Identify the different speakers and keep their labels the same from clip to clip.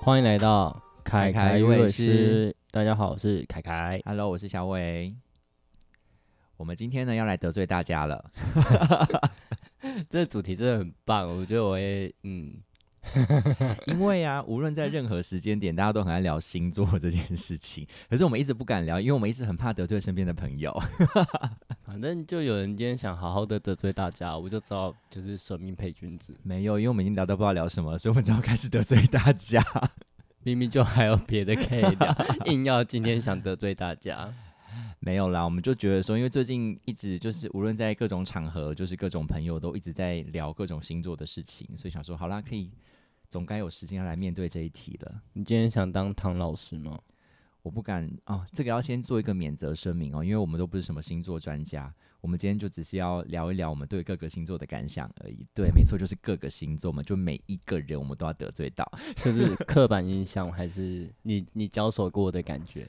Speaker 1: 欢迎来到凯
Speaker 2: 凯
Speaker 1: 凯
Speaker 2: 卫
Speaker 1: 卫
Speaker 2: 视
Speaker 1: 师，大家好，我是凯凯。
Speaker 2: Hello，我是小伟。我们今天呢要来得罪大家了，
Speaker 1: 这主题真的很棒，我觉得我会嗯，
Speaker 2: 因为啊，无论在任何时间点，大家都很爱聊星座这件事情，可是我们一直不敢聊，因为我们一直很怕得罪身边的朋友。
Speaker 1: 反正就有人今天想好好的得罪大家，我就知道就是舍命陪君子，
Speaker 2: 没有，因为我们已经聊到不知道聊什么了，所以我们只好开始得罪大家。
Speaker 1: 明明就还有别的可以 聊，硬要今天想得罪大家。
Speaker 2: 没有啦，我们就觉得说，因为最近一直就是无论在各种场合，就是各种朋友都一直在聊各种星座的事情，所以想说，好啦，可以总该有时间来面对这一题了。
Speaker 1: 你今天想当唐老师吗？
Speaker 2: 我不敢哦，这个要先做一个免责声明哦，因为我们都不是什么星座专家，我们今天就只是要聊一聊我们对各个星座的感想而已。对，没错，就是各个星座，我们就每一个人我们都要得罪到，
Speaker 1: 就是刻板印象，还是你你交手过的感觉？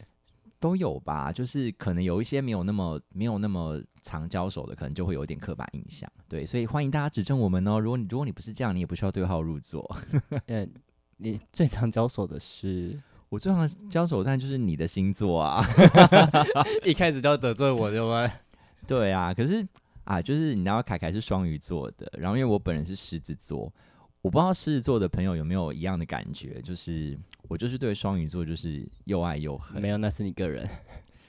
Speaker 2: 都有吧？就是可能有一些没有那么没有那么常交手的，可能就会有一点刻板印象。对，所以欢迎大家指正我们哦。如果你如果你不是这样，你也不需要对号入座。
Speaker 1: 嗯，你最常交手的是，
Speaker 2: 我最常交手当然就是你的星座啊。
Speaker 1: 一开始就要得罪我，对吗？
Speaker 2: 对啊，可是啊，就是你知道凯凯是双鱼座的，然后因为我本人是狮子座，我不知道狮子座的朋友有没有一样的感觉，就是我就是对双鱼座就是又爱又 恨
Speaker 1: 没。有，那是你个人。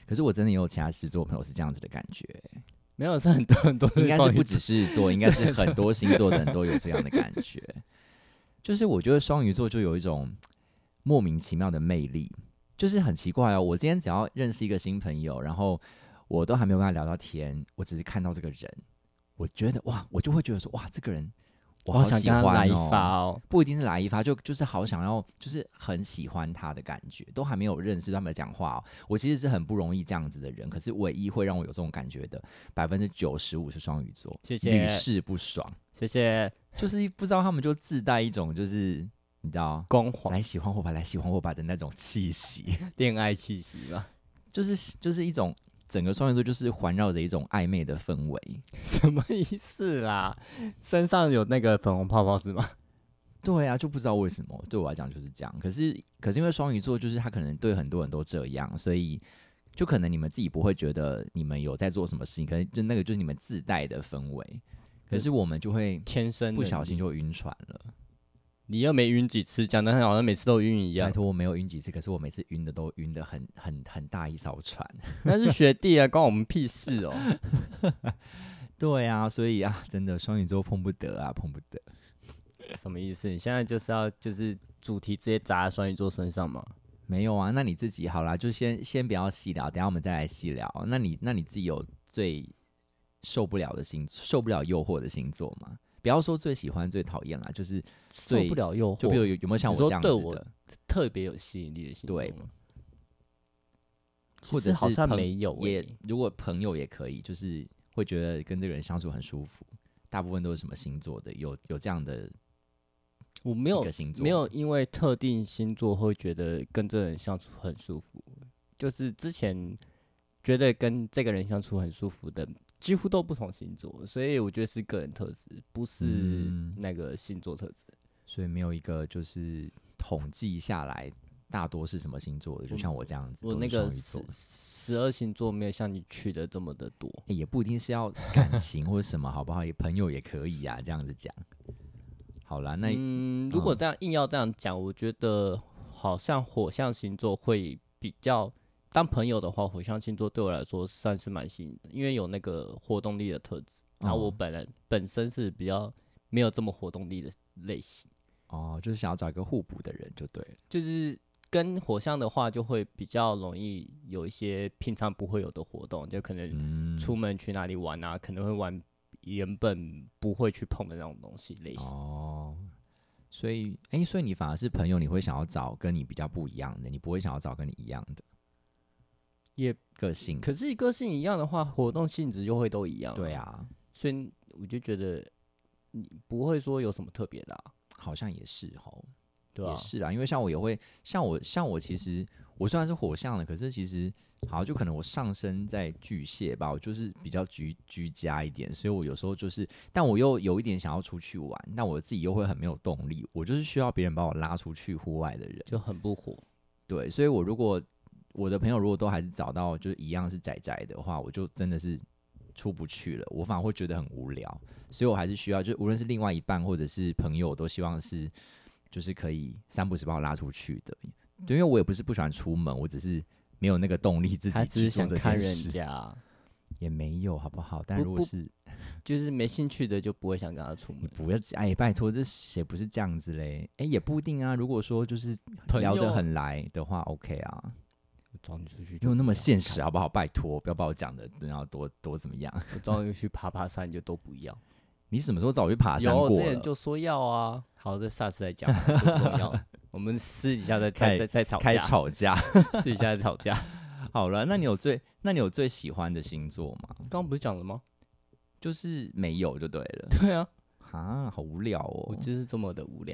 Speaker 2: 可是我真的也有其他狮子座朋友是这样子的感觉，
Speaker 1: 没有，是很多很多
Speaker 2: 应该
Speaker 1: 双
Speaker 2: 是
Speaker 1: 鱼
Speaker 2: 不
Speaker 1: 座
Speaker 2: 止狮子座，应该是很多星座的人都有这样的感觉。就是我觉得双鱼座就有一种莫名其妙的魅力，就是很奇怪哦。我今天只要认识一个新朋友，然后我都还没有跟他聊到天，我只是看到这个人，我觉得哇，我就会觉得说哇，这个人我
Speaker 1: 好
Speaker 2: 好
Speaker 1: 想
Speaker 2: 喜
Speaker 1: 跟他
Speaker 2: 欢
Speaker 1: 来一
Speaker 2: 哦
Speaker 1: 发哦。
Speaker 2: 不一定是来一发，就就是好想要，就是很喜欢他的感觉，都还没有认识，都还没有讲话、哦。我其实是很不容易这样子的人，可是唯一会让我有这种感觉的，百分之九十五是双鱼座，
Speaker 1: 谢
Speaker 2: 屡
Speaker 1: 谢，
Speaker 2: 试不爽，
Speaker 1: 谢谢
Speaker 2: 就是不知道他们就自带一种就是你知道
Speaker 1: 光环
Speaker 2: 来喜欢我吧，来喜欢我吧的那种气息，
Speaker 1: 恋爱气息吧？
Speaker 2: 就是就是一种整个双鱼座就是环绕着一种暧昧的氛围。
Speaker 1: 什么意思啦？身上有那个粉红泡泡是 吗？
Speaker 2: 对啊，就不知道为什么对我来讲就是这样。可是，可是因为双鱼座就是他可能对很多人都这样，所以就可能你们自己不会觉得你们有在做什么事情，可能就那个就是你们自带的氛围。可是我们就会
Speaker 1: 天生
Speaker 2: 不
Speaker 1: 能
Speaker 2: 小心
Speaker 1: 力
Speaker 2: 就晕船了。
Speaker 1: 你又没晕几次，讲的好像每次都晕一
Speaker 2: 拜
Speaker 1: 样。
Speaker 2: 托，我没有晕几次，可是我每次晕的都晕的很很很大一艘船。
Speaker 1: 那是学弟啊，关我们屁事哦。
Speaker 2: 对啊，所以啊，真的双鱼座碰不得啊，碰不得。
Speaker 1: 什么意思？你现在就是要就是主题直接砸在双鱼座身上吗？
Speaker 2: 没有啊，那你自己好啦，就先先不要细聊，等一下我们再来细聊。那你那你自己有最受不了的星，受不了诱惑的星座吗？不要说最喜欢、最讨厌啦，就是
Speaker 1: 受
Speaker 2: 对
Speaker 1: 不了诱
Speaker 2: 就比如
Speaker 1: 惑，
Speaker 2: 有有没有像
Speaker 1: 你
Speaker 2: 我
Speaker 1: 说
Speaker 2: 这样
Speaker 1: 对
Speaker 2: 子
Speaker 1: 我
Speaker 2: 的，
Speaker 1: 特别有吸引力的星座
Speaker 2: 对
Speaker 1: 吗，其
Speaker 2: 或
Speaker 1: 实
Speaker 2: 者
Speaker 1: 好
Speaker 2: 是
Speaker 1: 像
Speaker 2: 朋
Speaker 1: 没有
Speaker 2: 也
Speaker 1: 欸
Speaker 2: 如果朋友也可以，就是会觉得跟这个人相处很舒服。大部分都是什么星座的？有有这样的
Speaker 1: 我没
Speaker 2: 一
Speaker 1: 有
Speaker 2: 个星座？
Speaker 1: 没有，因为特定星座会觉得跟这个人相处很舒服，就是之前觉得跟这个人相处很舒服的，几乎都不同星座，所以我觉得是个人特质，不是
Speaker 2: 嗯
Speaker 1: 那个星座特质。
Speaker 2: 所以没有一个就是统计下来大多是什么星座的，就
Speaker 1: 我
Speaker 2: 像我这样子，
Speaker 1: 我
Speaker 2: 都
Speaker 1: 那
Speaker 2: 是
Speaker 1: 个
Speaker 2: 双鱼座
Speaker 1: 十十二星座没有像你取的这么的多，
Speaker 2: 欸也不一定是要感情或者什么，好不好？也朋友也可以呀、这样子讲。好啦，那、
Speaker 1: 嗯，如果
Speaker 2: 嗯
Speaker 1: 这样硬要这样讲，我觉得好像火象星座会比较当朋友的话，火象星座对我来说算是蛮吸引的，因为有那个活动力的特质。然后我
Speaker 2: 哦
Speaker 1: 本来本身是比较没有这么活动力的类型，
Speaker 2: 哦，就是想要找一个互补的人就对了。
Speaker 1: 就是跟火象的话，就会比较容易有一些平常不会有的活动，就可能
Speaker 2: 嗯，
Speaker 1: 出门去哪里玩啊，可能会玩原本不会去碰的那种东西类型。
Speaker 2: 哦，所以哎、欸所以你反而是朋友，你会想要找跟你比较不一样的，你不会想要找跟你一样的，
Speaker 1: 也
Speaker 2: 个性。
Speaker 1: 可是个性一样的话，活动性质就会都一样、
Speaker 2: 对。啊，
Speaker 1: 所以我就觉得你不会说有什么特别的、啊，
Speaker 2: 好像也是吼。
Speaker 1: 对吧、
Speaker 2: 也是啊，因为像我也会，像我像我其实我虽然是火象的，可是其实好，就可能我上升在巨蟹吧，我就是比较居居家一点，所以我有时候就是，但我又有一点想要出去玩，但我自己又会很没有动力，我就是需要别人把我拉出去户外的人。
Speaker 1: 就很不火。
Speaker 2: 对，所以我如果我的朋友如果都还是找到就是一样是宅宅的话，我就真的是出不去了，我反而会觉得很无聊，所以我还是需要，就无论是另外一半或者是朋友，我都希望是就是可以三不时把我拉出去的，对，因为我也不是不喜欢出门，我只是没有那个动力自己
Speaker 1: 他只是
Speaker 2: 去做
Speaker 1: 想
Speaker 2: 这
Speaker 1: 看
Speaker 2: 件
Speaker 1: 人
Speaker 2: 事，
Speaker 1: 家，
Speaker 2: 也没有好不好？但
Speaker 1: 不
Speaker 2: 如果
Speaker 1: 不
Speaker 2: 是
Speaker 1: 就是没兴趣的就不会想跟他出门。
Speaker 2: 不要哎，拜托，这谁不是这样子嘞？哎，也不一定啊，如果说就是
Speaker 1: 朋
Speaker 2: 聊得
Speaker 1: 友
Speaker 2: 很来的话，OK 啊。
Speaker 1: 我找你出去
Speaker 2: 没
Speaker 1: 就
Speaker 2: 有那
Speaker 1: 不
Speaker 2: 么
Speaker 1: 要
Speaker 2: 现实好不好？拜托，不要把我讲的然后多多怎么样。
Speaker 1: 我找你去爬爬山，你就都不要。
Speaker 2: 你什么时候找我去爬山
Speaker 1: 有
Speaker 2: 过
Speaker 1: 之
Speaker 2: 了？
Speaker 1: 前就说要啊，好，这下次再 讲吧，这不重要。我们私底下再再
Speaker 2: 开
Speaker 1: 再再吵
Speaker 2: 开
Speaker 1: 架，
Speaker 2: 吵架。
Speaker 1: 私底下再吵 架。
Speaker 2: 好了，那你有最那你有最喜欢的星座吗？
Speaker 1: 刚刚不是讲了吗？
Speaker 2: 就是没有就对了。
Speaker 1: 对啊，
Speaker 2: 啊，好无聊
Speaker 1: 我
Speaker 2: 哦。
Speaker 1: 就是这么的无聊。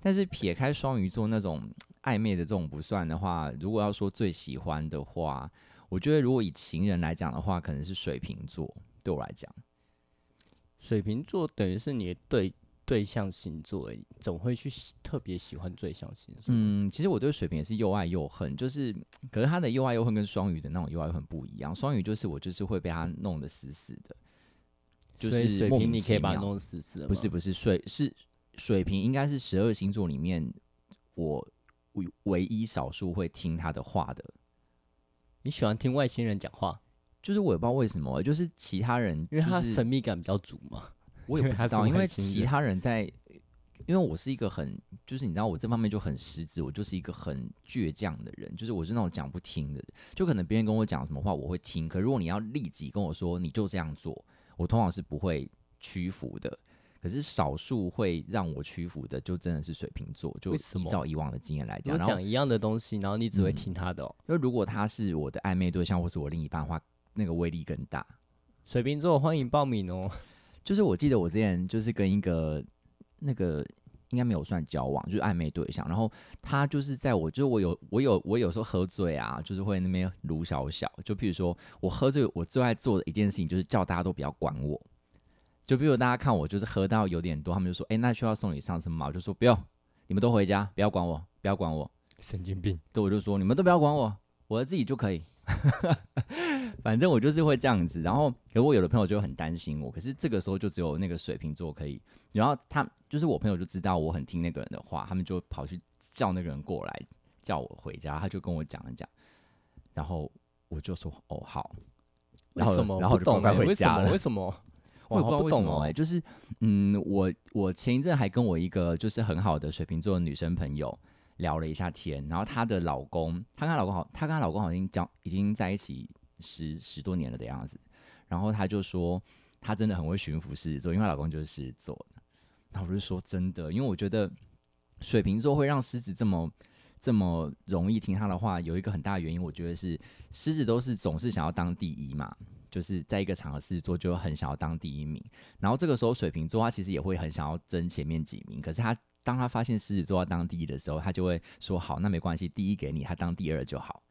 Speaker 2: 但是撇开双鱼座那种暧昧的这种不算的话，如果要说最喜欢的话，我觉得如果以情人来讲的话，可能是水瓶座。对我来讲，
Speaker 1: 水瓶座等于是你的对对象星座欸，怎么会去喜特别喜欢对象星座？
Speaker 2: 嗯，其实我对水瓶也是又爱又恨，就是，可是他的又爱又恨跟双鱼的那种又爱又恨不一样。双鱼就是我就是会被他弄得死死的，就
Speaker 1: 所以
Speaker 2: 是
Speaker 1: 水
Speaker 2: 莫
Speaker 1: 瓶
Speaker 2: 名
Speaker 1: 你
Speaker 2: 其
Speaker 1: 可以把它
Speaker 2: 妙
Speaker 1: 弄死死了吗，
Speaker 2: 不是不是水是水瓶，应该是十二星座里面我唯唯一少数会听他的话的，
Speaker 1: 你喜欢听外星人讲话，
Speaker 2: 就是我也不知道为什么，就是其他人、
Speaker 1: 因为他
Speaker 2: 就是
Speaker 1: 神秘感比较足嘛。
Speaker 2: 我也
Speaker 1: 因为
Speaker 2: 不
Speaker 1: 他
Speaker 2: 知
Speaker 1: 是
Speaker 2: 道，因
Speaker 1: 外
Speaker 2: 为
Speaker 1: 星
Speaker 2: 其
Speaker 1: 人
Speaker 2: 他人在，因为我是一个很，就是你知道我这方面就很失职，我就是一个很倔强的人，就是我是那种讲不听的人，就可能别人跟我讲什么话我会听，可如果你要立即跟我说你就这样做，我通常是不会屈服的。可是少数会让我屈服的，就真的是水瓶座，就
Speaker 1: 为什
Speaker 2: 依
Speaker 1: 么
Speaker 2: 照以往的经验来
Speaker 1: 如
Speaker 2: 讲，
Speaker 1: 果
Speaker 2: 然后
Speaker 1: 讲一样的东西，然后你只会
Speaker 2: 嗯
Speaker 1: 听他的哦。
Speaker 2: 因为如果他是我的暧昧对象或是我另一半的话，那个威力更大。
Speaker 1: 水瓶座欢迎报名哦，
Speaker 2: 就是我记得我之前就是跟一个那个应该没有算交往，就是暧昧对象，然后他就是在我就是我有我有我有时候喝醉啊，就是会那边卢小小，就譬如说我喝醉，我最爱做的一件事情就是叫大家都不要管我。就比如大家看我就是喝到有点多，他们就说：“哎、那需要送你上车吗？”我就说：“不用，你们都回家，不要管我，不要管我。”
Speaker 1: 神经病。
Speaker 2: 对，我就说你们都不要管我，我自己就可以。 反正我就是会这样子。然后，可我有的朋友就很担心我，可是这个时候就只有那个水瓶座可以。然后他就是我朋友就知道我很听那个人的话，他们就跑去叫那个人过来，叫我回家。他就跟我讲了讲，然后我就说哦好，
Speaker 1: 为
Speaker 2: 然后
Speaker 1: 什么？
Speaker 2: 然后
Speaker 1: 不
Speaker 2: 我就
Speaker 1: 懂
Speaker 2: 赶
Speaker 1: 哎、
Speaker 2: 快回
Speaker 1: 为什
Speaker 2: 家了
Speaker 1: 么？为什么？
Speaker 2: 我也不知
Speaker 1: 好
Speaker 2: 道为什
Speaker 1: 懂
Speaker 2: 么
Speaker 1: 哦
Speaker 2: 哎、就是嗯，我我前一阵还跟我一个就是很好的水瓶座的女生朋友聊了一下天，然后她的老公，她跟她老公好，她跟她老公好像已经交已经在一起十十多年了的样子，然后她就说她真的很会驯服狮子座，因为她老公就是狮子座的，然后我就说真的，因为我觉得水瓶座会让狮子这么。这么容易听她的话，有一个很大的原因，我觉得是狮子都是总是想要当第一嘛，就是在一个场合狮子座就很想要当第一名，然后这个时候水瓶座他其实也会很想要争前面几名，可是他当他发现狮子座要当第一的时候，他就会说好，那没关系，第一给你，他当第二就好。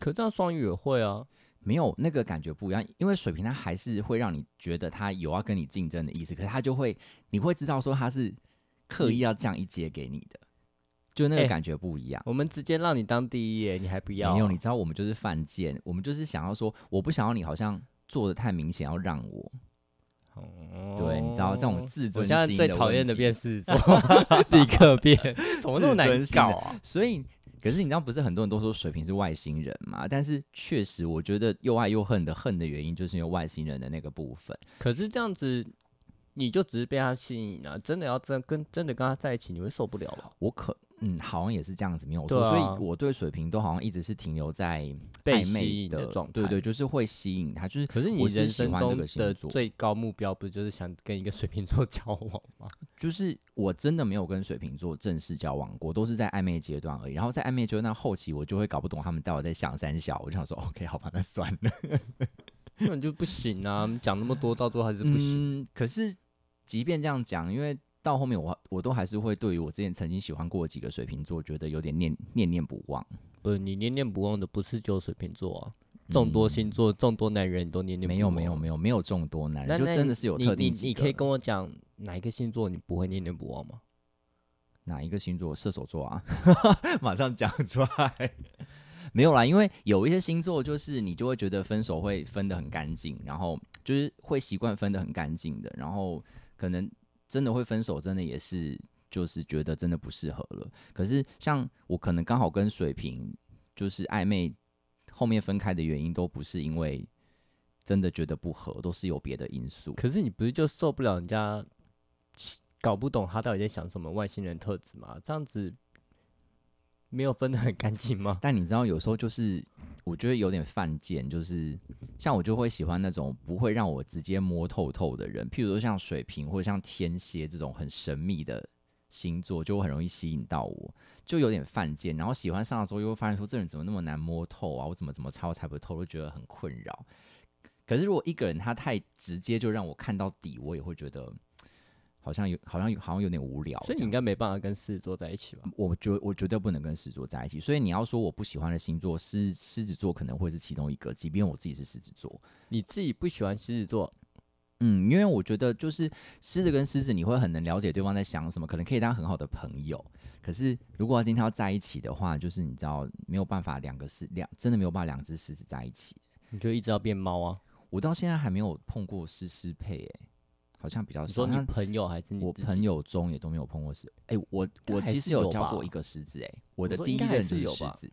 Speaker 1: 可这样双鱼也会啊，
Speaker 2: 没有那个感觉不一样，因为水瓶他还是会让你觉得他有要跟你竞争的意思，可是他就会你会知道说他是刻意要降一阶给你的，就那个
Speaker 1: 哎
Speaker 2: 感觉不一样。
Speaker 1: 我们直接让你当第一耶，你还不要啊、
Speaker 2: 没有，你知道我们就是犯贱，我们就是想要说，我不想要你好像做的太明显，要让我。对，你知道这种自
Speaker 1: 哦我
Speaker 2: 尊
Speaker 1: 现
Speaker 2: 心
Speaker 1: 在最讨厌
Speaker 2: 的
Speaker 1: 的
Speaker 2: 问题
Speaker 1: 变狮子座， 立刻变，怎么那么难
Speaker 2: 自尊心的
Speaker 1: 搞啊？
Speaker 2: 所以，可是你知道，不是很多人都说水瓶是外星人嘛？但是确实，我觉得又爱又恨的恨的原因，就是因为外星人的那个部分。
Speaker 1: 可是这样子，你就只是被他吸引啊！真的要真跟真的跟他在一起，你会受不了吧？
Speaker 2: 我可嗯，好像也是这样子，没有错。
Speaker 1: 对啊
Speaker 2: 所以我对水瓶都好像一直是停留在
Speaker 1: 被
Speaker 2: 暧
Speaker 1: 吸
Speaker 2: 昧
Speaker 1: 引的状态，
Speaker 2: 对对，。就是会吸引他，就是
Speaker 1: 可是你
Speaker 2: 我是
Speaker 1: 人
Speaker 2: 喜
Speaker 1: 生
Speaker 2: 欢这
Speaker 1: 中
Speaker 2: 个
Speaker 1: 的
Speaker 2: 星座
Speaker 1: 最高目标，不就是想跟一个水瓶座 交往吗？
Speaker 2: 就是我真的没有跟水瓶座正式交往过，都是在暧昧阶段而已。然后在暧昧阶段后期，我就会搞不懂他们到底在想三小，我就想说 OK，好吧，那算了。
Speaker 1: 那你就不行啊！讲那么多，到最后还是不行。
Speaker 2: 嗯。可是即便这样讲，因为到后面我我都还是会对于我之前曾经喜欢过的几个水瓶座，觉得有点念念念不忘。
Speaker 1: 不是你念念不忘的，不是只有水瓶座啊，众多
Speaker 2: 嗯
Speaker 1: 星座、众多男人，你都念念
Speaker 2: 没
Speaker 1: 不
Speaker 2: 有
Speaker 1: 忘
Speaker 2: 没有没有没有众多男
Speaker 1: 那
Speaker 2: 人，就
Speaker 1: 那
Speaker 2: 真的是有
Speaker 1: 你
Speaker 2: 特
Speaker 1: 你
Speaker 2: 定几
Speaker 1: 你
Speaker 2: 个
Speaker 1: 可以跟我讲哪一个星座你不会念念不忘吗？
Speaker 2: 哪一个星座？射手座啊， 马上讲出来。 没有啦，因为有一些星座就是你就会觉得分手会分得很干净，然后就是会习惯分得很干净的，然后可能真的会分手，真的也是就是觉得真的不适合了。可是像我可能刚好跟水瓶就是暧昧，后面分开的原因都不是因为真的觉得不合，都是有别的因素。
Speaker 1: 可是你不是就受不了人家其搞不懂他到底在想什么外星人特质吗？这样子没有分得很干净吗？
Speaker 2: 但你知道，有时候就是我觉得有点犯贱，就是像我就会喜欢那种不会让我直接摸透透的人，譬如说像水瓶或者像天蝎这种很神秘的星座，就会很容易吸引到我，就有点犯贱。然后喜欢上了之后，又会发现说这人怎么那么难摸透啊，我怎么怎么猜我猜不透，都觉得很困扰。可是如果一个人他太直接就让我看到底，我也会觉得好像有好像有好像有点无聊这样。
Speaker 1: 所以你应该没办法跟狮子座在一起吧？
Speaker 2: 我绝我绝对不能跟狮子座在一起，所以你要说我不喜欢的星座，狮狮子座可能会是其中一个，即便我自己是狮子座，
Speaker 1: 你自己不喜欢狮子座，
Speaker 2: 嗯，因为我觉得就是狮子跟狮子，你会很能了解对方在想什么，可能可以当很好的朋友。可是如果今天要在一起的话，就是你知道没有办法两个狮两真的没有办法两只狮子在一起。
Speaker 1: 你就一直要变猫啊？
Speaker 2: 我到现在还没有碰过狮狮配、欸，好像比较
Speaker 1: 你
Speaker 2: 少。
Speaker 1: 说你
Speaker 2: 好像
Speaker 1: 朋友还是你
Speaker 2: 我
Speaker 1: 自己
Speaker 2: 朋友中也都没有碰过狮，哎、我
Speaker 1: 应
Speaker 2: 我
Speaker 1: 该还
Speaker 2: 其
Speaker 1: 是
Speaker 2: 实
Speaker 1: 有
Speaker 2: 有交
Speaker 1: 吧
Speaker 2: 过一个狮子、哎，我的
Speaker 1: 说
Speaker 2: 第
Speaker 1: 应
Speaker 2: 一
Speaker 1: 该还
Speaker 2: 任
Speaker 1: 是
Speaker 2: 就是
Speaker 1: 有
Speaker 2: 狮
Speaker 1: 吧
Speaker 2: 子，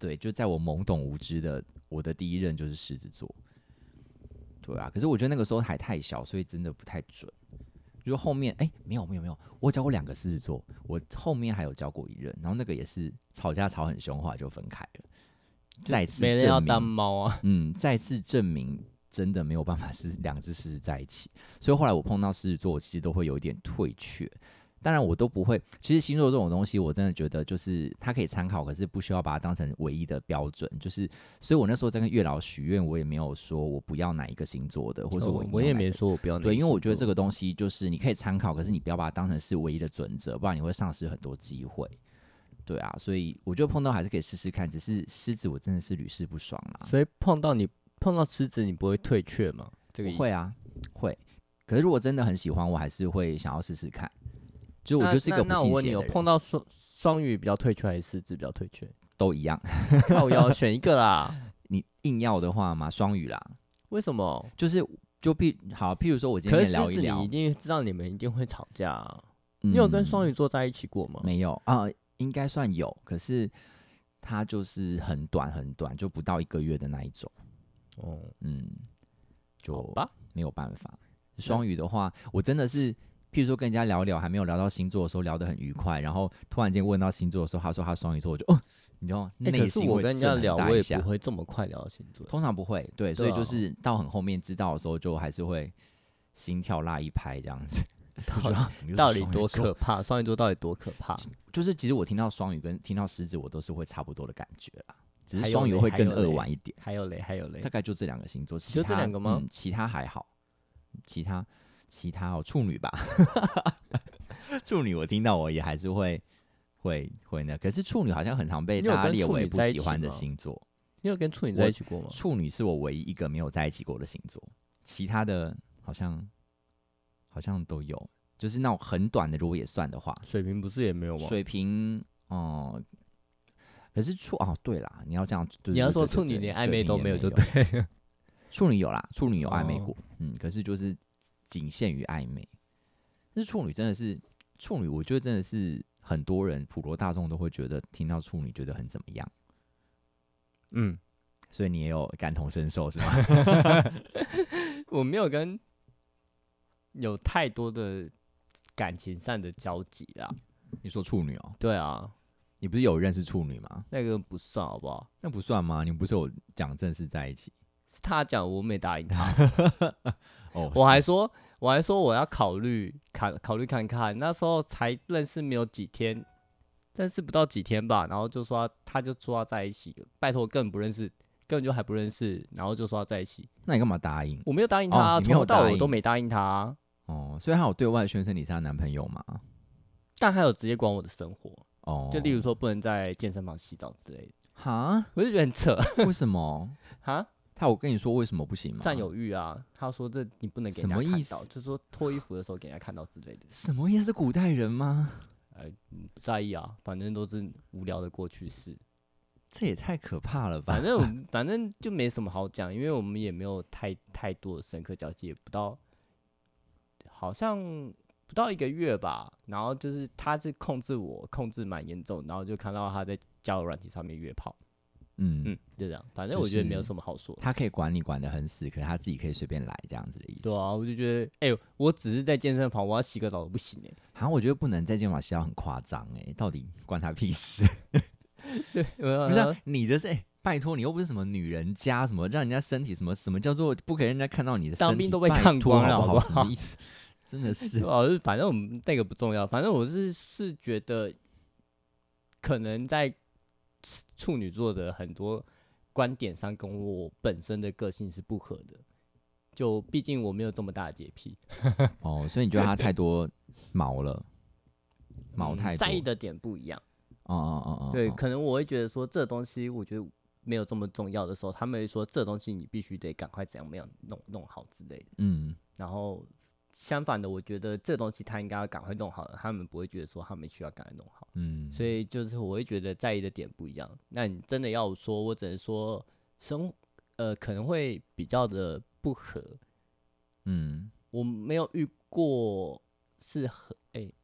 Speaker 2: 对，就在我懵懂无知的，我的第一任就是狮子座，对啊，可是我觉得那个时候还太小，所以真的不太准。就后面哎、没有没有没有，我交过两个狮子座，我后面还有交过一任，然后那个也是吵架吵很凶，后来就分开了。再次
Speaker 1: 没人
Speaker 2: 证
Speaker 1: 要
Speaker 2: 明
Speaker 1: 当猫啊？
Speaker 2: 嗯，再次证明真的没有办法是两只狮子在一起。所以后来我碰到狮子座，我其实都会有一点退却。当然，我都不会。其实星座这种东西，我真的觉得就是它可以参考，可是不需要把它当成唯一的标准。就是，所以我那时候在跟月老许愿，我也没有说我不要哪一个星座的，或是
Speaker 1: 哦
Speaker 2: 我、
Speaker 1: 我也没说我不要那个
Speaker 2: 对，因为我觉得
Speaker 1: 星
Speaker 2: 这
Speaker 1: 座
Speaker 2: 个东西就是你可以参考，可是你不要把它当成是唯一的准则，不然你会丧失很多机会。对啊，所以我觉得碰到还是可以试试看，只是狮子我真的是屡试不爽啊啦。
Speaker 1: 所以碰到你碰到狮子，你不会退却吗？这个
Speaker 2: 我
Speaker 1: 意思
Speaker 2: 会啊，会。可是如果真的很喜欢，我还是会想要试试看。就我
Speaker 1: 那
Speaker 2: 就是一个不
Speaker 1: 那那我
Speaker 2: 信
Speaker 1: 问你
Speaker 2: 邪
Speaker 1: 哦，
Speaker 2: 的
Speaker 1: 有
Speaker 2: 人，
Speaker 1: 碰到双双鱼比较退却还是狮子比较退 却？
Speaker 2: 都一样。
Speaker 1: 靠腰选一个啦？
Speaker 2: 你硬要的话嘛，双语啦，
Speaker 1: 为什么？
Speaker 2: 就是就譬好，譬如说 我今
Speaker 1: 可
Speaker 2: 天
Speaker 1: 是
Speaker 2: 跟你聊
Speaker 1: 狮
Speaker 2: 一
Speaker 1: 子，
Speaker 2: 聊
Speaker 1: 你一，定知道你们一定会吵架、啊。你有跟双
Speaker 2: 语
Speaker 1: 鱼座在一起过吗？
Speaker 2: 没有啊？应该算有，可是它就是很短很短，就不到一个月的那一种。
Speaker 1: 哦，
Speaker 2: 嗯，就
Speaker 1: 好吧。
Speaker 2: 没有办法。双语的话，我真的是，譬如说跟人家聊一聊，还没有聊到星座的时候，聊得很愉快，然后突然间问到星座的时候，他说他双鱼座，我就哦，你知道，
Speaker 1: 哎、可
Speaker 2: 内
Speaker 1: 是
Speaker 2: 心
Speaker 1: 我
Speaker 2: 会
Speaker 1: 跟人家
Speaker 2: 震很
Speaker 1: 聊，
Speaker 2: 大
Speaker 1: 我
Speaker 2: 一
Speaker 1: 也
Speaker 2: 下
Speaker 1: 不会这么快聊到星座。
Speaker 2: 通常不会，对，所
Speaker 1: 对
Speaker 2: 以
Speaker 1: 啊
Speaker 2: 就是到很后面知道的时候，就还是会心跳辣一拍这样 子。就觉得啊怎么又是
Speaker 1: 到底
Speaker 2: 双鱼
Speaker 1: 多
Speaker 2: 座
Speaker 1: 可怕？双鱼座到底多可怕？
Speaker 2: 就是其实我听到双语跟听到狮子，我都是会差不多的感觉啦，只
Speaker 1: 还
Speaker 2: 是
Speaker 1: 有
Speaker 2: 双语
Speaker 1: 嘞
Speaker 2: 会
Speaker 1: 还
Speaker 2: 更
Speaker 1: 有
Speaker 2: 扼
Speaker 1: 嘞
Speaker 2: 腕一点。
Speaker 1: 还有嘞，还有嘞
Speaker 2: 大，概就这两个星座，其
Speaker 1: 就这
Speaker 2: 他
Speaker 1: 两个吗
Speaker 2: 嗯？其他还好，其他其他哦，处女吧， 处女我听到我也还是会会会那，可是处女好像很常被
Speaker 1: 你有
Speaker 2: 大家
Speaker 1: 跟
Speaker 2: 列
Speaker 1: 处
Speaker 2: 为
Speaker 1: 女
Speaker 2: 不
Speaker 1: 在一
Speaker 2: 喜
Speaker 1: 起
Speaker 2: 欢的
Speaker 1: 吗哦
Speaker 2: 星座，
Speaker 1: 你有跟处女
Speaker 2: 我
Speaker 1: 在一起过吗？
Speaker 2: 处女是我唯一一个没有在一起过的星座，其他的好像好像都有，就是那种很短的，如果也算的话，
Speaker 1: 水瓶不是也没有吗？
Speaker 2: 水瓶哦。可是处哦，对啦，你要这样，对
Speaker 1: 你要
Speaker 2: 对
Speaker 1: 说
Speaker 2: 对对
Speaker 1: 处女
Speaker 2: 对
Speaker 1: 连
Speaker 2: 水
Speaker 1: 暧昧
Speaker 2: 瓶
Speaker 1: 都
Speaker 2: 也
Speaker 1: 没有就
Speaker 2: 有
Speaker 1: 对 了，
Speaker 2: 处女有啦，处女有暧昧
Speaker 1: 哦
Speaker 2: 过，嗯，可是就是仅限于暧昧。但是处女真的是处女，我觉得真的是很多人普罗大众都会觉得听到处女觉得很怎么样，
Speaker 1: 嗯，
Speaker 2: 所以你也有感同身受是 吗？
Speaker 1: 我没有跟有太多的感情上的交集啦。
Speaker 2: 你说处女哦，
Speaker 1: 对啊，
Speaker 2: 你不是有认识处女吗？
Speaker 1: 那个不算好不好？
Speaker 2: 那不算吗？你不是有讲正式在一起
Speaker 1: 是他讲，我没答应 他。
Speaker 2: 哦？
Speaker 1: 我还
Speaker 2: 是
Speaker 1: 说，我还说我要考虑考考虑看看。那时候才认识没有几天，认识不到几天吧，然后就说他就说要在一起，拜托根本不认识，根本就还不认识，然后就说要在一起。
Speaker 2: 那你干嘛答应？
Speaker 1: 我没有答应他
Speaker 2: 哦
Speaker 1: 啊、
Speaker 2: 你没
Speaker 1: 从、
Speaker 2: 有
Speaker 1: 头到
Speaker 2: 答
Speaker 1: 尾我
Speaker 2: 应
Speaker 1: 都没答应他啊、
Speaker 2: 哦，所以他有对外宣称你是她男朋友吗？
Speaker 1: 但他有直接管我的生活，
Speaker 2: 哦，
Speaker 1: 就例如说不能在健身房洗澡之类的。
Speaker 2: 哈，
Speaker 1: 我就觉得很扯
Speaker 2: 为什么？
Speaker 1: 啊，
Speaker 2: 他有跟你说为什么不行吗？
Speaker 1: 占有欲啊。他说这你不能给人家
Speaker 2: 嗯什么
Speaker 1: 看
Speaker 2: 意思
Speaker 1: 到，就是说脱衣服的时候给人家看到之类的，
Speaker 2: 什么意思？是古代人吗？
Speaker 1: 不在意啊，反正都是无聊的过去式。
Speaker 2: 这也太可怕了吧
Speaker 1: 反！正我们反正就没什么好讲，因为我们也没有太太多的深刻交集，也不到好像不到一个月吧。然后就是他是控制我，控制蛮严重，然后就看到他在交友软体上面约炮，
Speaker 2: 嗯，
Speaker 1: 嗯，就这样。反正
Speaker 2: 就
Speaker 1: 我觉得没有
Speaker 2: 是
Speaker 1: 什么好说的。
Speaker 2: 他可以管你管得很死，可是他自己可以随便来这样子的意思。
Speaker 1: 对啊，我就觉得，哎、我只是在健身房，我要洗个澡都不行哎、
Speaker 2: 好像我觉得不能在健身房洗澡很夸张哎，到底关他屁事？
Speaker 1: 不
Speaker 2: 不是啊、你的是、哎拜托你又不是什么女人家，什么让人家身体什么什么叫做不可以让人家看到你的身体，
Speaker 1: 当兵都被
Speaker 2: 拜
Speaker 1: 看
Speaker 2: 托
Speaker 1: 光了
Speaker 2: 好
Speaker 1: 好不
Speaker 2: 什么
Speaker 1: 好
Speaker 2: 意思？真的
Speaker 1: 对
Speaker 2: 是，
Speaker 1: 啊，就是反正我们那个不重要，反正我是是觉得，可能在处处女座的很多观点上跟我本身的个性是不合的，就毕竟我没有这么大的洁癖，
Speaker 2: 哦，所以你觉得他太多毛了，
Speaker 1: 嗯
Speaker 2: 毛太多，
Speaker 1: 在意的点不一样。
Speaker 2: 哦哦哦哦，
Speaker 1: 对，
Speaker 2: 哦
Speaker 1: 可能我会觉得说这东西我觉得没有这么重要的时候，他们会说这东西你必须得赶快怎样怎样弄弄好之类的。
Speaker 2: 嗯，
Speaker 1: 然后相反的，我觉得这东西他应该要赶快弄好了，他们不会觉得说他们需要赶快弄好。
Speaker 2: 嗯，
Speaker 1: 所以就是我会觉得在意的点不一样。那你真的要我说，我只能说生呃可能会比较的不合，
Speaker 2: 嗯，
Speaker 1: 我没有遇过是合诶、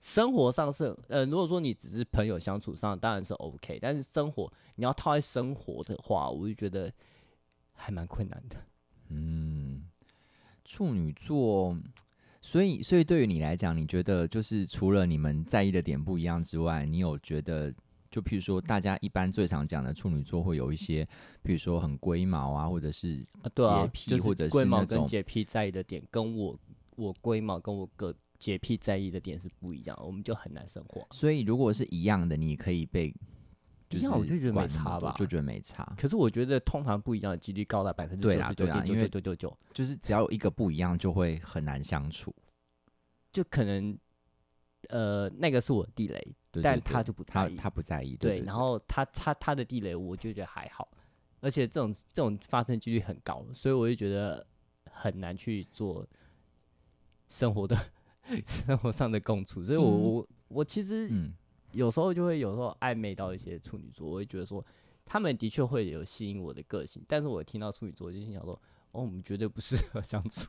Speaker 1: 生活上是呃，如果说你只是朋友相处上当然是 OK，但是生活你要套在生活的话，我就觉得还蛮困难的。
Speaker 2: 嗯，处女座，所以所以对于你来讲，你觉得就是除了你们在意的点不一样之外，你有觉得就譬如说大家一般最常讲的处女座会有一些，譬如说很龟毛啊，或者是
Speaker 1: 啊，对啊，
Speaker 2: 洁癖
Speaker 1: 就是
Speaker 2: 或者
Speaker 1: 龟
Speaker 2: 是
Speaker 1: 毛
Speaker 2: 那
Speaker 1: 跟
Speaker 2: 种
Speaker 1: 洁癖在意的点，跟我我龟毛跟我个洁癖在意的点是不一样，我们就很难生活。
Speaker 2: 所以如果是一样的，你可以被就
Speaker 1: 一样我就是觉得没
Speaker 2: 管那么
Speaker 1: 差
Speaker 2: 多
Speaker 1: 吧
Speaker 2: 就觉得没差，
Speaker 1: 可是我觉得通常不一样的几率高达百分之
Speaker 2: 对
Speaker 1: 九
Speaker 2: 啦
Speaker 1: 十九
Speaker 2: 对啦
Speaker 1: 点九
Speaker 2: 因为
Speaker 1: 九九九九，
Speaker 2: 就是只要有一个不一样就会很难相处，
Speaker 1: 就可能呃那个是我的地雷，
Speaker 2: 对
Speaker 1: 但
Speaker 2: 对对
Speaker 1: 他就不在
Speaker 2: 他
Speaker 1: 意，
Speaker 2: 他不在意，对
Speaker 1: 对，然后他他他的地雷我就觉得还好，而且这种这种发生几率很高，所以我就觉得很难去做生活的 生活上的共处，所以我、
Speaker 2: 嗯
Speaker 1: 我我其实
Speaker 2: 嗯
Speaker 1: 有时候就会有时候暧昧到一些处女座，我会觉得说他们的确会有吸引我的个性，但是我听到处女座我就心想说，哦，我们绝对不适合相 处。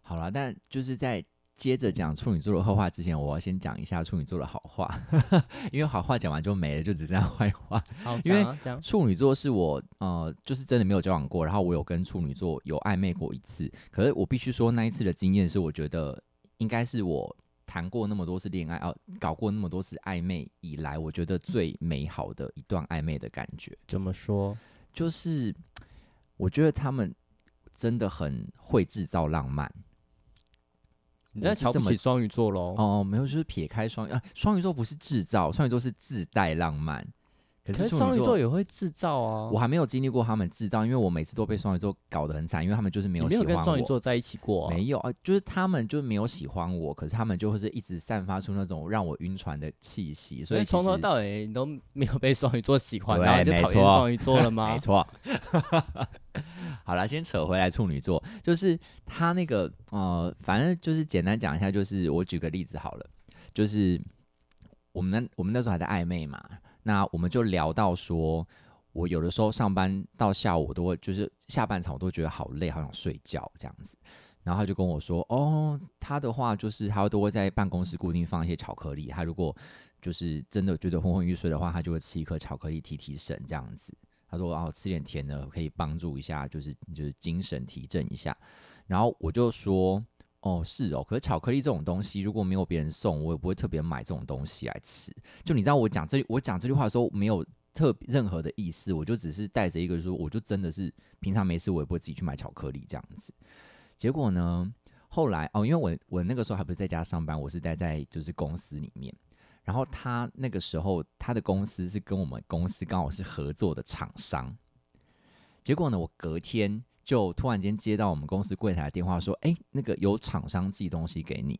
Speaker 2: 好了，但就是在接着讲处女座的坏话之前，我要先讲一下处女座的好话， 因为好话讲完就没了，就只剩下坏话。
Speaker 1: 好，
Speaker 2: 因为
Speaker 1: 讲啊讲，
Speaker 2: 处女座是我呃，就是真的没有交往过，然后我有跟处女座有暧昧过一次，可是我必须说那一次的经验是，我觉得应该是我谈过那么多次恋爱，哦、搞过那么多次暧昧以来，我觉得最美好的一段暧昧的感觉。
Speaker 1: 怎么说？
Speaker 2: 就是我觉得他们真的很会制造浪漫。
Speaker 1: 你在
Speaker 2: 我是
Speaker 1: 瞧不
Speaker 2: 这么
Speaker 1: 起双鱼座喽？
Speaker 2: 哦，没有，就是撇开双啊，双鱼座不是制造，双鱼座是自带浪漫。可
Speaker 1: 可
Speaker 2: 是
Speaker 1: 是
Speaker 2: 处
Speaker 1: 双
Speaker 2: 女
Speaker 1: 鱼座
Speaker 2: 座，
Speaker 1: 也会制造啊。
Speaker 2: 我还没有经历过他们制造，因为我每次都被双鱼座搞得很惨，因为他们就是
Speaker 1: 你
Speaker 2: 没有
Speaker 1: 没
Speaker 2: 喜
Speaker 1: 有
Speaker 2: 欢我。
Speaker 1: 跟双鱼座在一起过、啊，
Speaker 2: 没有啊，就是他们就没有喜欢我，可是他们就会是一直散发出那种让我晕船的气息，所
Speaker 1: 所
Speaker 2: 以
Speaker 1: 以
Speaker 2: 其
Speaker 1: 从头
Speaker 2: 实
Speaker 1: 到尾你都没有被双鱼座喜 欢，
Speaker 2: 对
Speaker 1: 然后你就
Speaker 2: 没
Speaker 1: 讨厌
Speaker 2: 错
Speaker 1: 双鱼座了吗
Speaker 2: 没？错。好啦，先扯回来处女座，就是他那个呃，反正就是简单讲一下，就是我举个例子好了，就是我们那我们那时候还在暧昧嘛，那我们就聊到说，我有的时候上班到下午我都会，就是下半场我都觉得好累，好想睡觉这样子。然后他就跟我说，哦，他的话就是他都会在办公室固定放一些巧克力，他如果就是真的觉得昏昏欲睡的话，他就会吃一颗巧克力提提神这样子。他说：“哦，吃点甜的可以帮助一下，就是就是精神提振一下。”然后我就说：“哦，是哦，可是巧克力这种东西，如果没有别人送，我也不会特别买这种东西来吃。”就你知道我讲这我讲这句话的时候，没有特别任何的意思，我就只是带着一个说，我就真的是平常没事，我也不会自己去买巧克力这样子。结果呢，后来哦，因为我我那个时候还不是在家上班，我是待在就是公司里面。然后他那个时候他的公司是跟我们公司刚好是合作的厂商，结果呢，我隔天就突然间接到我们公司柜台的电话说，哎，那个有厂商寄东西给你。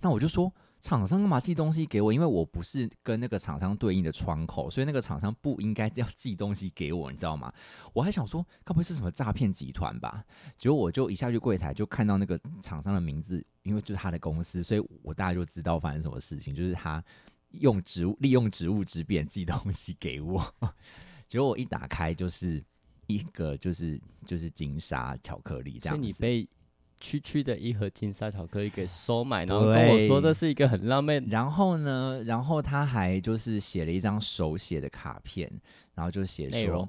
Speaker 2: 那我就说厂商干嘛寄东西给我？因为我不是跟那个厂商对应的窗口，所以那个厂商不应该 要寄东西给我，你知道吗？我还想说，该不会是什么诈骗集团吧？结果我就一下去柜台就看到那个厂商的名字，因为就是他的公司，所以我大概就知道发生什么事情，就是他用职务利用职务之便寄东西给我。 结果我一打开就是一个就是就是金沙巧克力这
Speaker 1: 所以
Speaker 2: 样
Speaker 1: 你
Speaker 2: 子。
Speaker 1: 被区区的一盒金沙巧克力给收买，然后跟我说
Speaker 2: 对
Speaker 1: 这是一个很浪漫，
Speaker 2: 然后呢，然后他还就是写了一张手写的卡片，然后就写
Speaker 1: 内
Speaker 2: 说
Speaker 1: 容，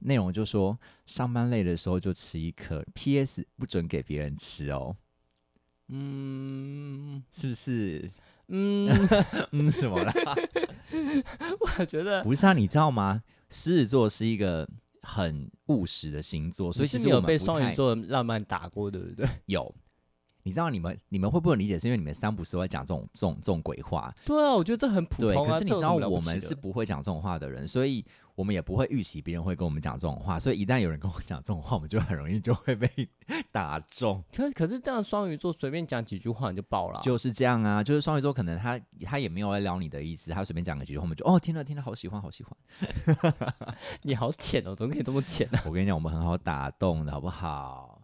Speaker 2: 内容就说上班累的时候就吃一颗，P.S. 不准给别人吃哦，
Speaker 1: 嗯
Speaker 2: 是不是？
Speaker 1: 嗯，
Speaker 2: 嗯，什么啦？
Speaker 1: 我觉得
Speaker 2: 不是啊，你知道吗？狮子座是一个很务实的星座，所以
Speaker 1: 你
Speaker 2: 其
Speaker 1: 是
Speaker 2: 实
Speaker 1: 没
Speaker 2: 我
Speaker 1: 有
Speaker 2: 们
Speaker 1: 被
Speaker 2: 不
Speaker 1: 双鱼
Speaker 2: 太
Speaker 1: 座的浪漫打过，对不 对？
Speaker 2: 有。你知道你们你们会不会理解？是因为你们三不时会讲这种这种这种鬼话，
Speaker 1: 对啊，我觉得这很普
Speaker 2: 对。
Speaker 1: 通
Speaker 2: 可
Speaker 1: 啊。
Speaker 2: 是你
Speaker 1: 这有
Speaker 2: 知
Speaker 1: 什
Speaker 2: 道
Speaker 1: 么了不
Speaker 2: 我
Speaker 1: 起
Speaker 2: 们
Speaker 1: 的
Speaker 2: 是不会讲这种话的人，所以我们也不会预期别人会跟我们讲这种话，所以一旦有人跟我讲这种话，我们就很容易就会被 打中。
Speaker 1: 可可是这样双鱼座随便讲几句话你就爆了啊、
Speaker 2: 就是这样啊，就是双鱼座可能他他也没有来撩你的意思，他随便讲个几句话，我们就哦听了听了好喜欢好喜欢。
Speaker 1: 你好浅哦，怎么可以这么浅呢、
Speaker 2: 我跟你讲，我们很好打动的好不好？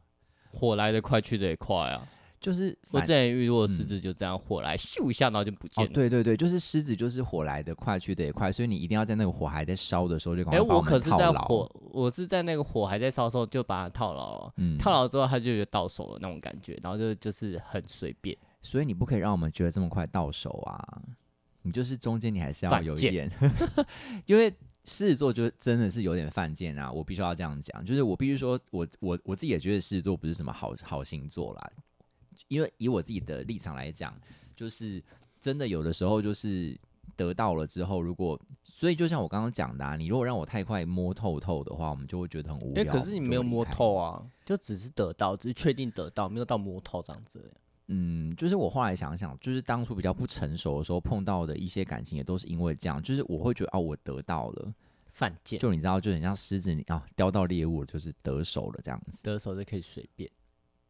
Speaker 1: 火来得快，去得也快啊！
Speaker 2: 就是
Speaker 1: 我
Speaker 2: 反
Speaker 1: 之前遇过的狮
Speaker 2: 嗯
Speaker 1: 子就这样，火来咻一下，然后就不见
Speaker 2: 哦
Speaker 1: 了。，
Speaker 2: 对对对，就是狮子就是火来得快去得也快，所以你一定要在那个火还在烧的时候就赶
Speaker 1: 哎、
Speaker 2: 快把
Speaker 1: 我
Speaker 2: 们
Speaker 1: 可是
Speaker 2: 套
Speaker 1: 在
Speaker 2: 牢
Speaker 1: 火，我是在那个火还在烧的时候就把它套牢了，
Speaker 2: 嗯
Speaker 1: 套牢之后它就有到手了那种感觉，然后就就是很随便。
Speaker 2: 所以你不可以让我们觉得这么快到手啊！你就是中间你还是要
Speaker 1: 犯
Speaker 2: 有一
Speaker 1: 贱
Speaker 2: 点， 因为狮子座就真的是有点犯贱啊！我必须要这样讲，就是我必须说我我我自己也觉得狮子座不是什么好好星座啦，因为以我自己的立场来讲，就是真的有的时候就是。得到了之后，如果所以就像我刚刚讲的、啊，你如果让我太快摸透透的话，我们就会觉得很无
Speaker 1: 哎、
Speaker 2: 聊。
Speaker 1: 可是
Speaker 2: 我
Speaker 1: 你
Speaker 2: 们就
Speaker 1: 没有
Speaker 2: 会离
Speaker 1: 摸
Speaker 2: 开
Speaker 1: 透啊，就只是得到，只是确定得到，没有到摸透这样子。啊
Speaker 2: 嗯，就是我后来想想，就是当初比较不成熟的时候碰到的一些感情，也都是因为这样。就是我会觉得哦，我得到了，
Speaker 1: 犯贱，
Speaker 2: 就你知道，就很像狮子，你啊叼到猎物，就是得手了这样子。
Speaker 1: 得的时候就可以随便。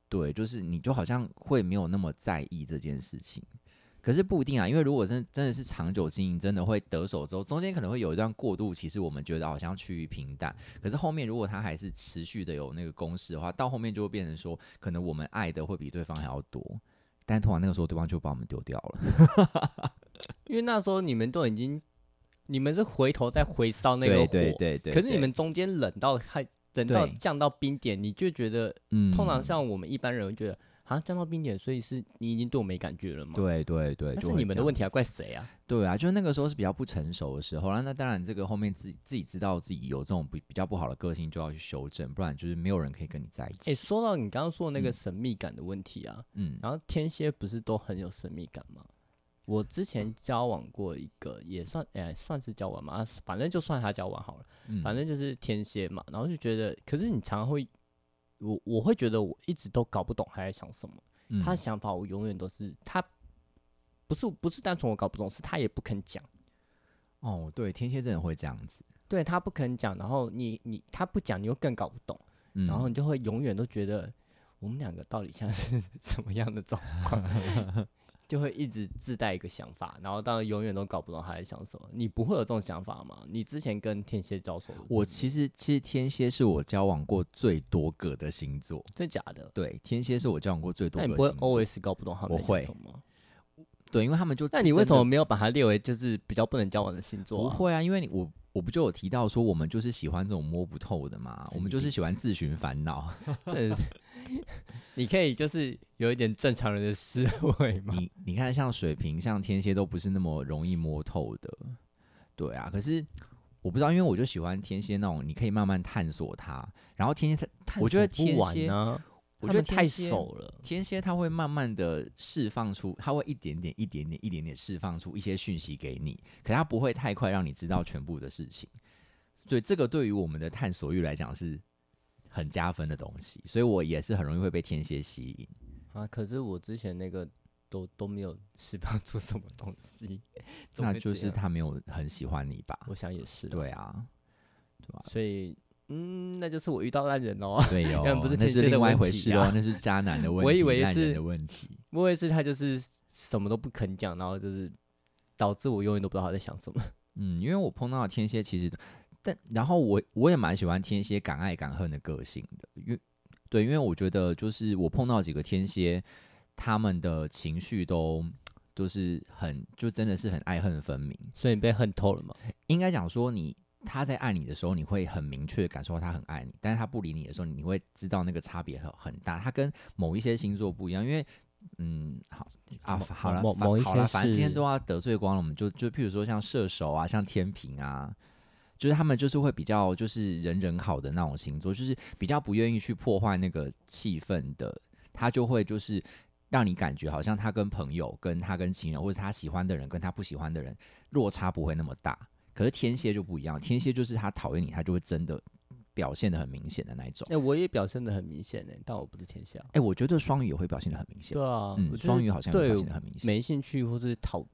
Speaker 2: 对，就是你就好像会没有那么在意这件事情。可是不一定啊，因为如果真真的是长久经营，真的会得手之后，中间可能会有一段过渡期，是我们觉得好像趋于平淡。可是后面如果它还是持续的有那个攻势的话，到后面就会变成说，可能我们爱的会比对方还要多，但通常那个时候对方就把我们丢掉了。
Speaker 1: 因为那时候你们都已经，你们是回头再回烧那个火，
Speaker 2: 对对对对。
Speaker 1: 可是你
Speaker 2: 对
Speaker 1: 们中间冷到还冷到
Speaker 2: 对
Speaker 1: 降到冰点，你就觉得，
Speaker 2: 嗯
Speaker 1: 通常像我们一般人会觉得啊，降到冰点，所以是你已经对我没感觉了嘛？，
Speaker 2: 对对对，
Speaker 1: 那
Speaker 2: 就是会
Speaker 1: 你们
Speaker 2: 这
Speaker 1: 的
Speaker 2: 样
Speaker 1: 问题啊，怪谁啊？
Speaker 2: 对啊，就是那个时候是比较不成熟的时候啦。那当然，这个后面自己自己知道自己有这种比比较不好的个性，就要去修正，不然就是没有人可以跟你在一
Speaker 1: 哎、
Speaker 2: 起。
Speaker 1: 说到你刚刚说的那个
Speaker 2: 嗯
Speaker 1: 神秘感的问题啊，
Speaker 2: 嗯，
Speaker 1: 然后天蝎不是都很有神秘感吗？我之
Speaker 2: 嗯
Speaker 1: 前交往过一个，也算哎、算是交往嘛，啊反正就算他交往好了，
Speaker 2: 嗯
Speaker 1: 反正就是天蝎嘛，然后就觉得，可是你常常会，我我会觉得我一直都搞不懂他在想什么，
Speaker 2: 嗯
Speaker 1: 他的想法我永远都是他。不是不是单纯我搞不懂，是他也不肯讲，
Speaker 2: 哦，对，天蝎真的会这样子。
Speaker 1: 对他不肯讲，然后你你他不讲，你又更搞不懂，
Speaker 2: 嗯，
Speaker 1: 然后你就会永远都觉得我们两个到底像是 什么样的状况， 就会一直自带一个想法，然后到永远都搞不懂他在想什么。你不会有这种想法吗？你之前跟天蝎交手的经历，
Speaker 2: 我其实其实天蝎是我交往过最多个的星座。
Speaker 1: 真假的？
Speaker 2: 对，天蝎是我交往过最多
Speaker 1: 那
Speaker 2: 个
Speaker 1: 你
Speaker 2: 的
Speaker 1: 不会
Speaker 2: 星座。
Speaker 1: always 搞不懂他们
Speaker 2: 我
Speaker 1: 在想
Speaker 2: 会
Speaker 1: 什么吗？
Speaker 2: 对，因为他们就
Speaker 1: 那你为
Speaker 2: 真
Speaker 1: 什
Speaker 2: 的
Speaker 1: 么没有把它列为就是比较不能交往的星座、
Speaker 2: 不
Speaker 1: 啊？
Speaker 2: 会啊，因为你我我不就有提到说，我们就是喜欢这种摸不透的嘛，
Speaker 1: 神
Speaker 2: 我们
Speaker 1: 秘
Speaker 2: 就是
Speaker 1: 病
Speaker 2: 喜欢自寻烦恼。
Speaker 1: 真的是，你可以就是有一点正常人的思维吗？
Speaker 2: 你你看，像水瓶、像天蝎都不是那么容易摸透的，对啊。可是我不知道，因为我就喜欢天蝎那种，你可以慢慢探索它。然后天蝎它，我觉得
Speaker 1: 探索
Speaker 2: 天
Speaker 1: 不完
Speaker 2: 蝎，
Speaker 1: 啊，
Speaker 2: 我
Speaker 1: 他
Speaker 2: 觉
Speaker 1: 们
Speaker 2: 得
Speaker 1: 太
Speaker 2: 天蝎
Speaker 1: 熟了。
Speaker 2: 天蝎它会慢慢的释放出，它会一点点、一点点、一点点释放出一些讯息给你，可它不会太快让你知道全部的事情。所以这个对于我们的探索欲来讲是很加分的东西，所以我也是很容易会被天蝎吸引。
Speaker 1: 啊，可是我之前那个都都没有释放出什么东 西，怎么
Speaker 2: 那
Speaker 1: 会
Speaker 2: 就
Speaker 1: 这
Speaker 2: 是
Speaker 1: 样，
Speaker 2: 他没有很喜欢你吧？
Speaker 1: 我想也是，，
Speaker 2: 对啊，
Speaker 1: 所以嗯，那就是我遇到烂人哦。
Speaker 2: 对哦，
Speaker 1: 那不是
Speaker 2: 那
Speaker 1: 天
Speaker 2: 是
Speaker 1: 蝎的
Speaker 2: 另外一
Speaker 1: 问
Speaker 2: 回
Speaker 1: 题
Speaker 2: 事
Speaker 1: 啊
Speaker 2: 哦，那是渣男的 问题，
Speaker 1: 我以为
Speaker 2: 烂人
Speaker 1: 是
Speaker 2: 的问题。
Speaker 1: 莫会是他就是什么都不肯讲，然后就是导致我永远都不知道他在想什么。
Speaker 2: 嗯，因为我碰到的天蝎其实，但然后我我也蛮喜欢天蝎敢爱敢恨的个性的，因为对，因为我觉得就是我碰到几个天蝎，他们的情绪都就是很就真的是很爱恨分明。
Speaker 1: 所以你被恨透了嘛？
Speaker 2: 应该讲说你他在爱你的时候，你会很明确地感受到他很爱你，但是他不理你的时候，你会知道那个差别很很大。他跟某一些星座不一样，因为嗯，好啊，
Speaker 1: 某
Speaker 2: 好了，
Speaker 1: 某
Speaker 2: 反
Speaker 1: 某一
Speaker 2: 好了，
Speaker 1: 些
Speaker 2: 反正今天
Speaker 1: 是
Speaker 2: 都要得罪光了，我们就就譬如说像射手啊，像天平啊。就是他们就是会比较就是人人好的那种星座，就是比较不愿意去破坏那个气氛的，他就会就是让你感觉好像他跟朋友、跟他跟情人，或者他喜欢的人跟他不喜欢的人落差不会那么大。可是天蝎就不一样，天蝎就是他讨厌你，他就会真的表现的很明显的那一种。
Speaker 1: 哎、我也表现的很明显呢、
Speaker 2: 欸
Speaker 1: 但我不是天蝎、啊。
Speaker 2: 哎、我觉得双鱼也会表现的很明显
Speaker 1: 对，啊，我
Speaker 2: 嗯，
Speaker 1: 觉得
Speaker 2: 双鱼好像也会
Speaker 1: 对
Speaker 2: 表现的很明显。
Speaker 1: 没兴趣或是讨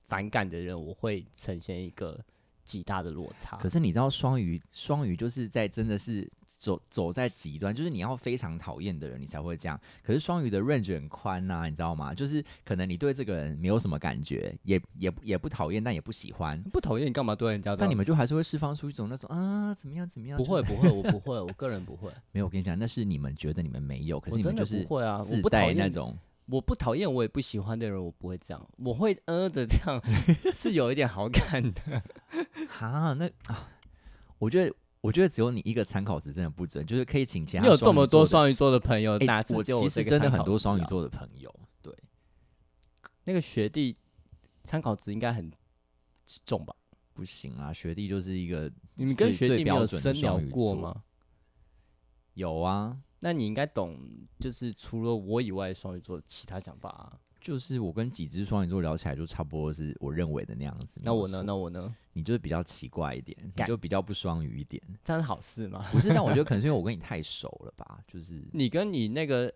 Speaker 1: 反感的人，我会呈现一个极大的落差。
Speaker 2: 可是你知道双鱼，双鱼就是在真的是走走在极端，就是你要非常讨厌的人，你才会这样。可是双鱼的 range 很宽呐、你知道吗？就是可能你对这个人没有什么感觉，也也也不讨厌，但也不喜欢，
Speaker 1: 不讨厌你干嘛对人家这
Speaker 2: 但
Speaker 1: 样子？
Speaker 2: 你们就还是会释放出一种那种啊怎么样怎么样？
Speaker 1: 不
Speaker 2: 就是
Speaker 1: 会不会，我不会，我个人不会，
Speaker 2: 没有，我跟你讲，那是你们觉得你们没 有，可是
Speaker 1: 我
Speaker 2: 你
Speaker 1: 真
Speaker 2: 们
Speaker 1: 的
Speaker 2: 就
Speaker 1: 不
Speaker 2: 是
Speaker 1: 会啊，我
Speaker 2: 自
Speaker 1: 不讨
Speaker 2: 带那
Speaker 1: 厌，
Speaker 2: 种。
Speaker 1: 我不讨厌，我也不喜欢的人，我不会这样，我会呃的这样， 是有一点好感的。
Speaker 2: 哈，那啊，我觉得，我觉得只有你一个参考值真的不准，就是可以请其他
Speaker 1: 你有这
Speaker 2: 双鱼
Speaker 1: 么
Speaker 2: 座
Speaker 1: 多
Speaker 2: 的
Speaker 1: 双鱼座的朋友，
Speaker 2: 哎
Speaker 1: 哪次
Speaker 2: 我
Speaker 1: 就
Speaker 2: 其
Speaker 1: 这
Speaker 2: 实
Speaker 1: 个
Speaker 2: 真的
Speaker 1: 参
Speaker 2: 很
Speaker 1: 考
Speaker 2: 多
Speaker 1: 值
Speaker 2: 双鱼
Speaker 1: 啊
Speaker 2: 座的朋友，对，
Speaker 1: 那个学弟参考值应该很重吧？
Speaker 2: 不行啊，学弟就是一个
Speaker 1: 你们跟
Speaker 2: 最
Speaker 1: 学
Speaker 2: 最
Speaker 1: 弟没
Speaker 2: 标
Speaker 1: 有
Speaker 2: 准的
Speaker 1: 深聊
Speaker 2: 双鱼
Speaker 1: 过
Speaker 2: 座
Speaker 1: 吗？
Speaker 2: 有啊，
Speaker 1: 那你应该懂，就是除了我以外，双鱼座的其他想法啊。
Speaker 2: 就是我跟几只双鱼座聊起来就差不多是我认为的那样子。
Speaker 1: 那
Speaker 2: 没有
Speaker 1: 我呢？
Speaker 2: 错
Speaker 1: 那我呢？
Speaker 2: 你嗯就是比较奇怪一点，你
Speaker 1: 干
Speaker 2: 就比较不双鱼一点，
Speaker 1: 这样是好事吗？
Speaker 2: 不是？但我觉得可能是因为我跟你太熟了吧，就是
Speaker 1: 你跟你那个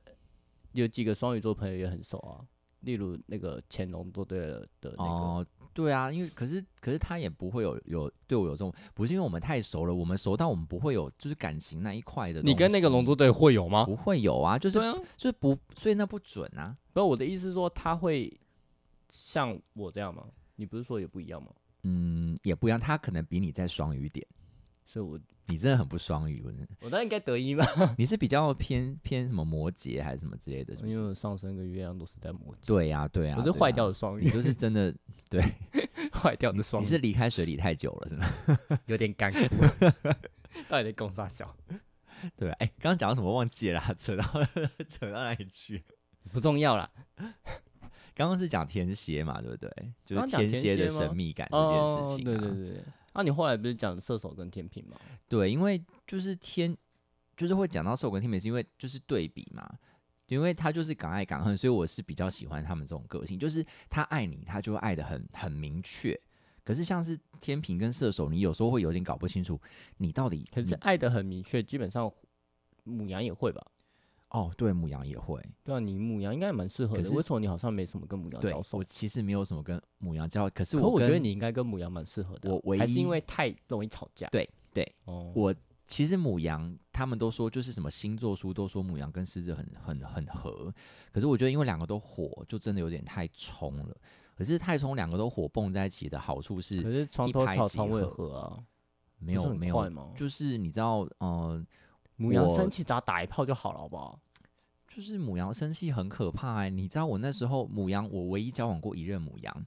Speaker 1: 有几个双鱼座朋友也很熟啊，例如那个乾隆座队的那个，
Speaker 2: 哦，对啊，因为可是可是他也不会有有对我有这种，不是因为我们太熟了，我们熟到我们不会有就是感情那一块的东西。
Speaker 1: 你跟那个龙舟队会有吗？
Speaker 2: 不会有啊，就是、
Speaker 1: 对啊，
Speaker 2: 就是不，所以那不准啊。
Speaker 1: 不是我的意思是说他会像我这样吗？你不是说也不一样吗？
Speaker 2: 嗯，也不一样，他可能比你再双语一点，
Speaker 1: 所以我
Speaker 2: 你真的很不双语，我真的。
Speaker 1: 我当然应该得一吧，
Speaker 2: 你 是比较偏偏什么摩羯还是什么之类的，是不
Speaker 1: 因为
Speaker 2: 是？
Speaker 1: 我上升跟月亮都是在摩羯，
Speaker 2: 对呀、对呀、
Speaker 1: 哎我是
Speaker 2: 对
Speaker 1: 坏
Speaker 2: 啊
Speaker 1: 掉的双
Speaker 2: 你
Speaker 1: 鱼，
Speaker 2: 就是真的，
Speaker 1: 坏掉的双
Speaker 2: 你
Speaker 1: 鱼，
Speaker 2: 是离开水里太久了，是吗？
Speaker 1: 有点干枯， 到底在攻啥小？
Speaker 2: 对啊，哎、刚刚讲到什么忘记了啊、扯到 扯到哪里去了？
Speaker 1: 不重要啦，
Speaker 2: 刚刚是讲天蝎嘛，对不对？就是
Speaker 1: 刚刚讲天
Speaker 2: 蝎的
Speaker 1: 蝎吗
Speaker 2: 神秘感这件
Speaker 1: 哦
Speaker 2: 事，情、啊
Speaker 1: 对对对对。啊，你后来不是讲射手跟天平吗？
Speaker 2: 对，因为就是天，就是会讲到兽跟天平，是因为就是对比嘛。因为他就是敢爱敢恨，所以我是比较喜欢他们这种个性，就是他爱你，他就会爱的很很明确。可是像是天平跟射手，你有时候会有点搞不清楚你到底
Speaker 1: 可是
Speaker 2: 你
Speaker 1: 爱的很明确，基本上母羊也会吧？
Speaker 2: 哦，对，母羊也会。
Speaker 1: 对啊，你母羊应该也蛮适合
Speaker 2: 可
Speaker 1: 的。
Speaker 2: 是
Speaker 1: 为什么你好像没什么跟母羊
Speaker 2: 对
Speaker 1: 交，哦手
Speaker 2: 我？其实没有什么跟母羊交，可是
Speaker 1: 可
Speaker 2: 我
Speaker 1: 我觉得
Speaker 2: 跟
Speaker 1: 你应该跟母羊蛮适合的啊。
Speaker 2: 我唯
Speaker 1: 还是
Speaker 2: 一
Speaker 1: 因为太容易吵架。
Speaker 2: 对对，
Speaker 1: 哦，
Speaker 2: 我其实母羊他们都说就是什么星座书都说母羊跟狮子很很很合，可是我觉得因为两个都火，就真的有点太冲了。可是太冲两个都火蹦在一起的好处
Speaker 1: 可
Speaker 2: 是
Speaker 1: 是床
Speaker 2: 一
Speaker 1: 头
Speaker 2: 拍
Speaker 1: 吵
Speaker 2: 即
Speaker 1: 床尾
Speaker 2: 合
Speaker 1: 和啊，
Speaker 2: 没
Speaker 1: 不是
Speaker 2: 有
Speaker 1: 很
Speaker 2: 没
Speaker 1: 快
Speaker 2: 有，
Speaker 1: 吗？
Speaker 2: 就是你知道，呃，
Speaker 1: 母羊
Speaker 2: 我
Speaker 1: 生气只要打一炮就好了，好不好？
Speaker 2: 就是母羊生气很可怕哎、你知道我那时候母羊，我唯一交往过一任母羊，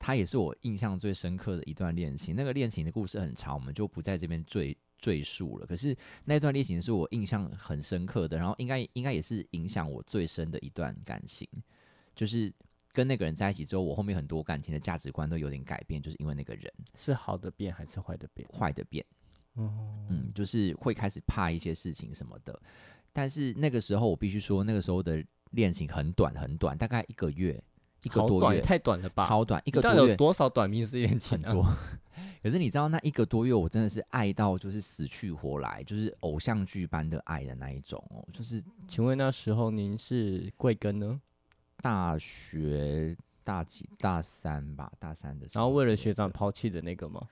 Speaker 2: 她也是我印象最深刻的一段恋情。那个恋情的故事很长，我们就不在这边赘赘述了。可是那段恋情是我印象很深刻的，然后应该应该也是影响我最深的一段感情，就是。跟那个人在一起之后，我后面很多感情的价值观都有点改变，就是因为那个人
Speaker 1: 是好的变还是坏的变？
Speaker 2: 坏的变。
Speaker 1: 哦，
Speaker 2: 嗯，就是会开始怕一些事情什么的。但是那个时候，我必须说，那个时候的恋情很短很短，大概一个月，一个
Speaker 1: 好
Speaker 2: 多
Speaker 1: 短也
Speaker 2: 月，
Speaker 1: 太短了吧？
Speaker 2: 超短，一
Speaker 1: 一
Speaker 2: 个
Speaker 1: 到底
Speaker 2: 多
Speaker 1: 有
Speaker 2: 月
Speaker 1: 多少短命是恋情
Speaker 2: 很
Speaker 1: 啊？
Speaker 2: 多。 可是你知道那一个多月，我真的是爱到就是死去活来，就是偶像剧般的爱的那一种哦，就是
Speaker 1: 请问那时候您是贵庚呢？
Speaker 2: 大学大几大三吧，大三的时
Speaker 1: 然
Speaker 2: 候。
Speaker 1: 后为了学长，抛弃的那个吗？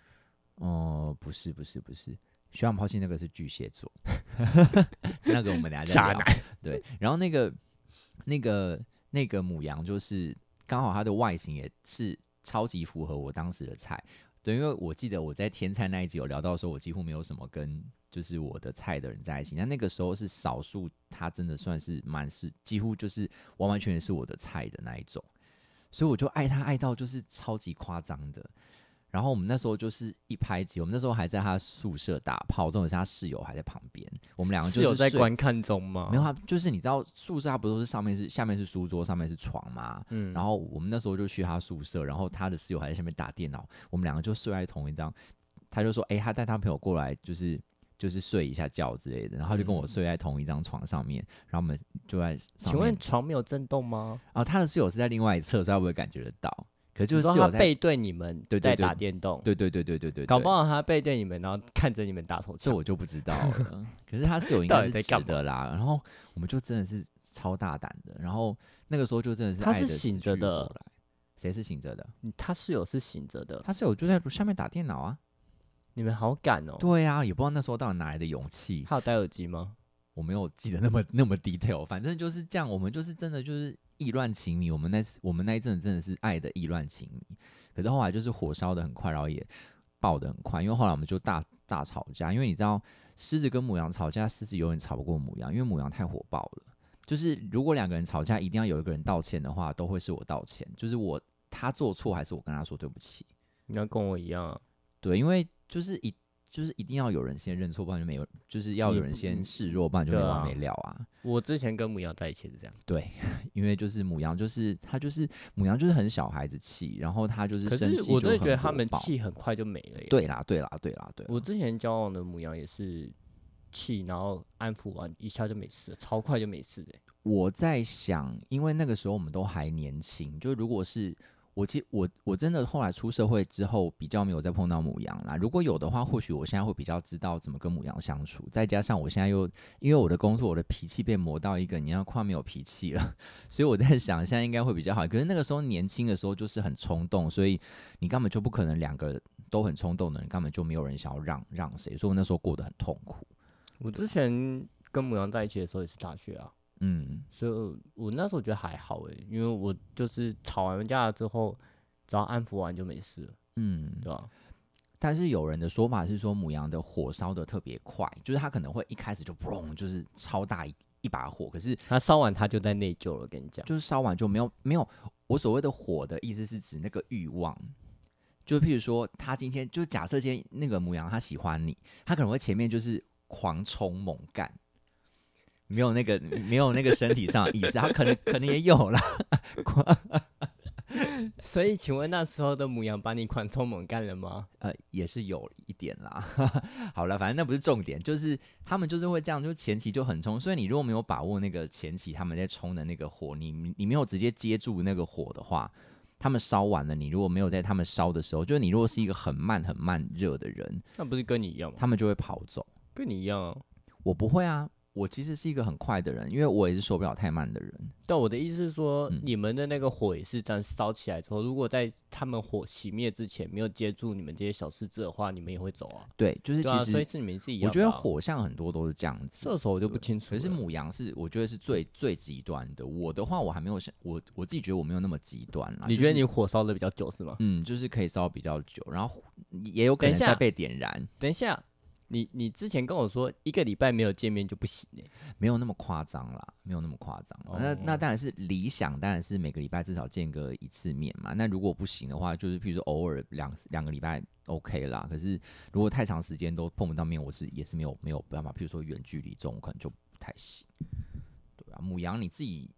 Speaker 2: 哦、不是不是不是，学长抛弃那个是巨蟹座，那个我们等一下再
Speaker 1: 渣
Speaker 2: 聊。对，然后那个那个那个母羊就是刚好它的外形也是超级符合我当时的菜。对，因为我记得我在天菜那一集有聊到说，我几乎没有什么跟就是我的菜的人在一起。那那个时候是少数，他真的算是蛮是几乎就是完完全全是我的菜的那一种，所以我就爱他爱到就是超级夸张的。然后我们那时候就是一拍即合，我们那时候还在他宿舍打炮，重点是他室友还在旁边，我们两个就是
Speaker 1: 有在
Speaker 2: 睡
Speaker 1: 观看中吗？
Speaker 2: 没有，，他啊就是你知道宿舍，他不都是上面是下面是书桌，上面是床吗？
Speaker 1: 嗯，
Speaker 2: 然后我们那时候就去他宿舍，然后他的室友还在下面打电脑，我们两个就睡在同一张。他就说：“哎、他带他朋友过来，就是就是睡一下觉之类的。”然后他就跟我
Speaker 1: 嗯
Speaker 2: 睡在同一张床上面，然后我们就在上面。
Speaker 1: 请问床没有震动吗？
Speaker 2: 啊、他的室友是在另外一侧，所以他不会感觉得到。可是就
Speaker 1: 你
Speaker 2: 是
Speaker 1: 说
Speaker 2: 室
Speaker 1: 他
Speaker 2: 友在，
Speaker 1: 背对你们
Speaker 2: 对对
Speaker 1: 在
Speaker 2: 对
Speaker 1: 打电动，
Speaker 2: 对对对对对对，
Speaker 1: 搞不
Speaker 2: 对
Speaker 1: 好他背对你们，然后看着你们打手
Speaker 2: 这
Speaker 1: 枪。
Speaker 2: 我就不知道 了。可是他室友应
Speaker 1: 到
Speaker 2: 该
Speaker 1: 底
Speaker 2: 是
Speaker 1: 在
Speaker 2: 值
Speaker 1: 干
Speaker 2: 得啦。然后我们就真的是超大胆的，然后那个时候就真的是
Speaker 1: 他
Speaker 2: 爱
Speaker 1: 是
Speaker 2: 得
Speaker 1: 醒
Speaker 2: 死
Speaker 1: 着
Speaker 2: 去活
Speaker 1: 的
Speaker 2: 来，谁是醒着的？
Speaker 1: 嗯他室友是醒着的，
Speaker 2: 他室友就在下面打电脑啊。
Speaker 1: 你们好敢哦！
Speaker 2: 对啊，也不知道那时候到底哪来的勇气，
Speaker 1: 他有戴耳机吗？
Speaker 2: 我没有记得那么那么 detail，反正就是这样，我们就是真的就是意乱情迷，我们那时我们那一阵子真的是爱的意乱情迷，可是后来就是火烧的很快，然后也爆的很快，因为后来我们就大大吵架，因为你知道狮子跟母羊吵架，狮子永远吵不过母羊，因为母羊太火爆了。就是如果两个人吵架，一定要有一个人道歉的话，都会是我道歉，就是我他做错还是我跟他说对不起。
Speaker 1: 你要跟我一样啊！
Speaker 2: 对，因为就是一就是一定要有人先认错，不然就没有，就是要
Speaker 1: 你
Speaker 2: 有人
Speaker 1: 不
Speaker 2: 先
Speaker 1: 你
Speaker 2: 示弱，不然就没
Speaker 1: 对
Speaker 2: 完
Speaker 1: 啊
Speaker 2: 没了啊。
Speaker 1: 我之前跟母羊在一起是这样，
Speaker 2: 对， 因为就是母羊，就是他就是母羊，就是很小孩子气，然后他就是
Speaker 1: 可
Speaker 2: 生
Speaker 1: 是
Speaker 2: 气
Speaker 1: 我
Speaker 2: 就
Speaker 1: 真的
Speaker 2: 很
Speaker 1: 觉得他
Speaker 2: 火
Speaker 1: 们
Speaker 2: 爆。
Speaker 1: 气很快就没了耶。，
Speaker 2: 对啦，对啦，对啦，对啦
Speaker 1: 我之前交往的啊母羊也是气，然后安抚完一下就没事了，超快就没事了。欸
Speaker 2: 我在想，因为那个时候我们都还年轻，就如果是我，其实我我真的后来出社会之后，比较没有再碰到母羊啦。如果有的话，或许我现在会比较知道怎么跟母羊相处。再加上我现在又因为我的工作，我的脾气被磨到一个你要快没有脾气了， 所以我在想，现在应该会比较好。可是那个时候年轻的时候就是很冲动，所以你根本就不可能两个都很冲动的人，根本就没有人想要让让谁，所以我那时候过得很痛苦。
Speaker 1: 我之前跟母羊在一起的时候也是大学啊，
Speaker 2: 嗯，
Speaker 1: 所以我我那时候觉得还好诶，因为我就是吵完架了之后，只要安抚完就没事了，
Speaker 2: 嗯，
Speaker 1: 对吧、
Speaker 2: 但是有人的说法是说，母羊的火烧的特别快，就是它可能会一开始就嘣，就是超大一一把火，可是
Speaker 1: 他烧完他就在内疚了，跟你讲。
Speaker 2: 就是烧完就没有没有。我所谓的火的意思是指那个欲望，就譬如说，他今天就假设今天那个母羊它喜欢你，它可能会前面就是狂冲猛干。没有那个，没有那个身体上的意思，它可能可能也有啦。狂
Speaker 1: 所以，请问那时候的母羊把你 狂冲猛干了吗？
Speaker 2: 呃，也是有一点啦。 好了，反正那不是重点，就是他们就是会这样，就是前期就很冲，所以你如果没有把握那个前期他们在冲的那个火，你你你没有直接接住那个火的话，他们烧完了，你如果没有在他们烧的时候，就是你如果是一个很慢很慢热的人，
Speaker 1: 那不是跟你一样吗？
Speaker 2: 他们就会跑走。
Speaker 1: 跟你一样、啊。
Speaker 2: 我不会啊，我其实是一个很快的人，因为我也是受不了太慢的人。
Speaker 1: 但我的意思是说，
Speaker 2: 嗯
Speaker 1: 你们的那个火也是这样烧起来之后，如果在他们火熄灭之前没有接住你们这些小狮子的话，你们也会走啊。
Speaker 2: 对，就是
Speaker 1: 对啊，
Speaker 2: 其
Speaker 1: 所以
Speaker 2: 实、
Speaker 1: 是你们是一
Speaker 2: 我
Speaker 1: 样
Speaker 2: 觉
Speaker 1: 的啊、
Speaker 2: 得火象很多都是这样子。
Speaker 1: 射手我就不清楚
Speaker 2: 可
Speaker 1: 了。
Speaker 2: 是母羊是，我觉得是最最极端的。我的话，我还没有想，我我自己觉得我没有那么极端啦。
Speaker 1: 你
Speaker 2: 就
Speaker 1: 觉得
Speaker 2: 是
Speaker 1: 你火烧的比较久是 吗？
Speaker 2: 嗯，就是可以烧比较久，然后也有可
Speaker 1: 等一
Speaker 2: 能再
Speaker 1: 下
Speaker 2: 被点燃，
Speaker 1: 等一下，你你之前跟我说一个礼拜没有见面就不行、欸，
Speaker 2: 没有那么夸张啦，没有那么夸张啦。那那
Speaker 1: 哦
Speaker 2: 当然是理想，当然是每个礼拜至少见个一次面嘛。那如果不行的话，就是譬如说偶尔两两个礼拜 OK 啦。可是如果太长时间都碰不到面，我是也是没有没有办法。譬如说远距离这种，我可能就不太行。对啊，母羊你自己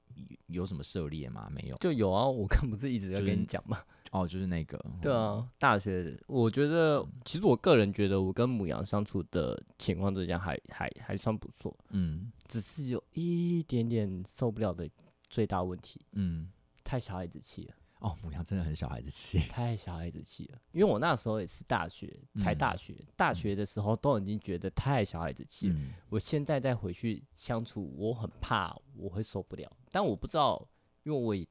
Speaker 2: 有什么涉猎吗？没有
Speaker 1: 就有啊。我刚不是一直在
Speaker 2: 就是
Speaker 1: 跟你讲吗？
Speaker 2: 哦，就是那个
Speaker 1: 对啊，大学我觉得，
Speaker 2: 嗯
Speaker 1: 其实我个人觉得，我跟母羊相处的情况之下还还还算不错，
Speaker 2: 嗯
Speaker 1: 只是有一点点受不了的最大问题，
Speaker 2: 嗯，
Speaker 1: 太小孩子气了，
Speaker 2: 哦，母羊真的很小孩子 气，
Speaker 1: 太小孩子气了。因为我那时候也是大学，才
Speaker 2: 嗯
Speaker 1: 大学，大学的时候都已经觉得太小孩子气了。
Speaker 2: 嗯
Speaker 1: 我现在再回去相处，我很怕我会受不了，但我不知道，因为我也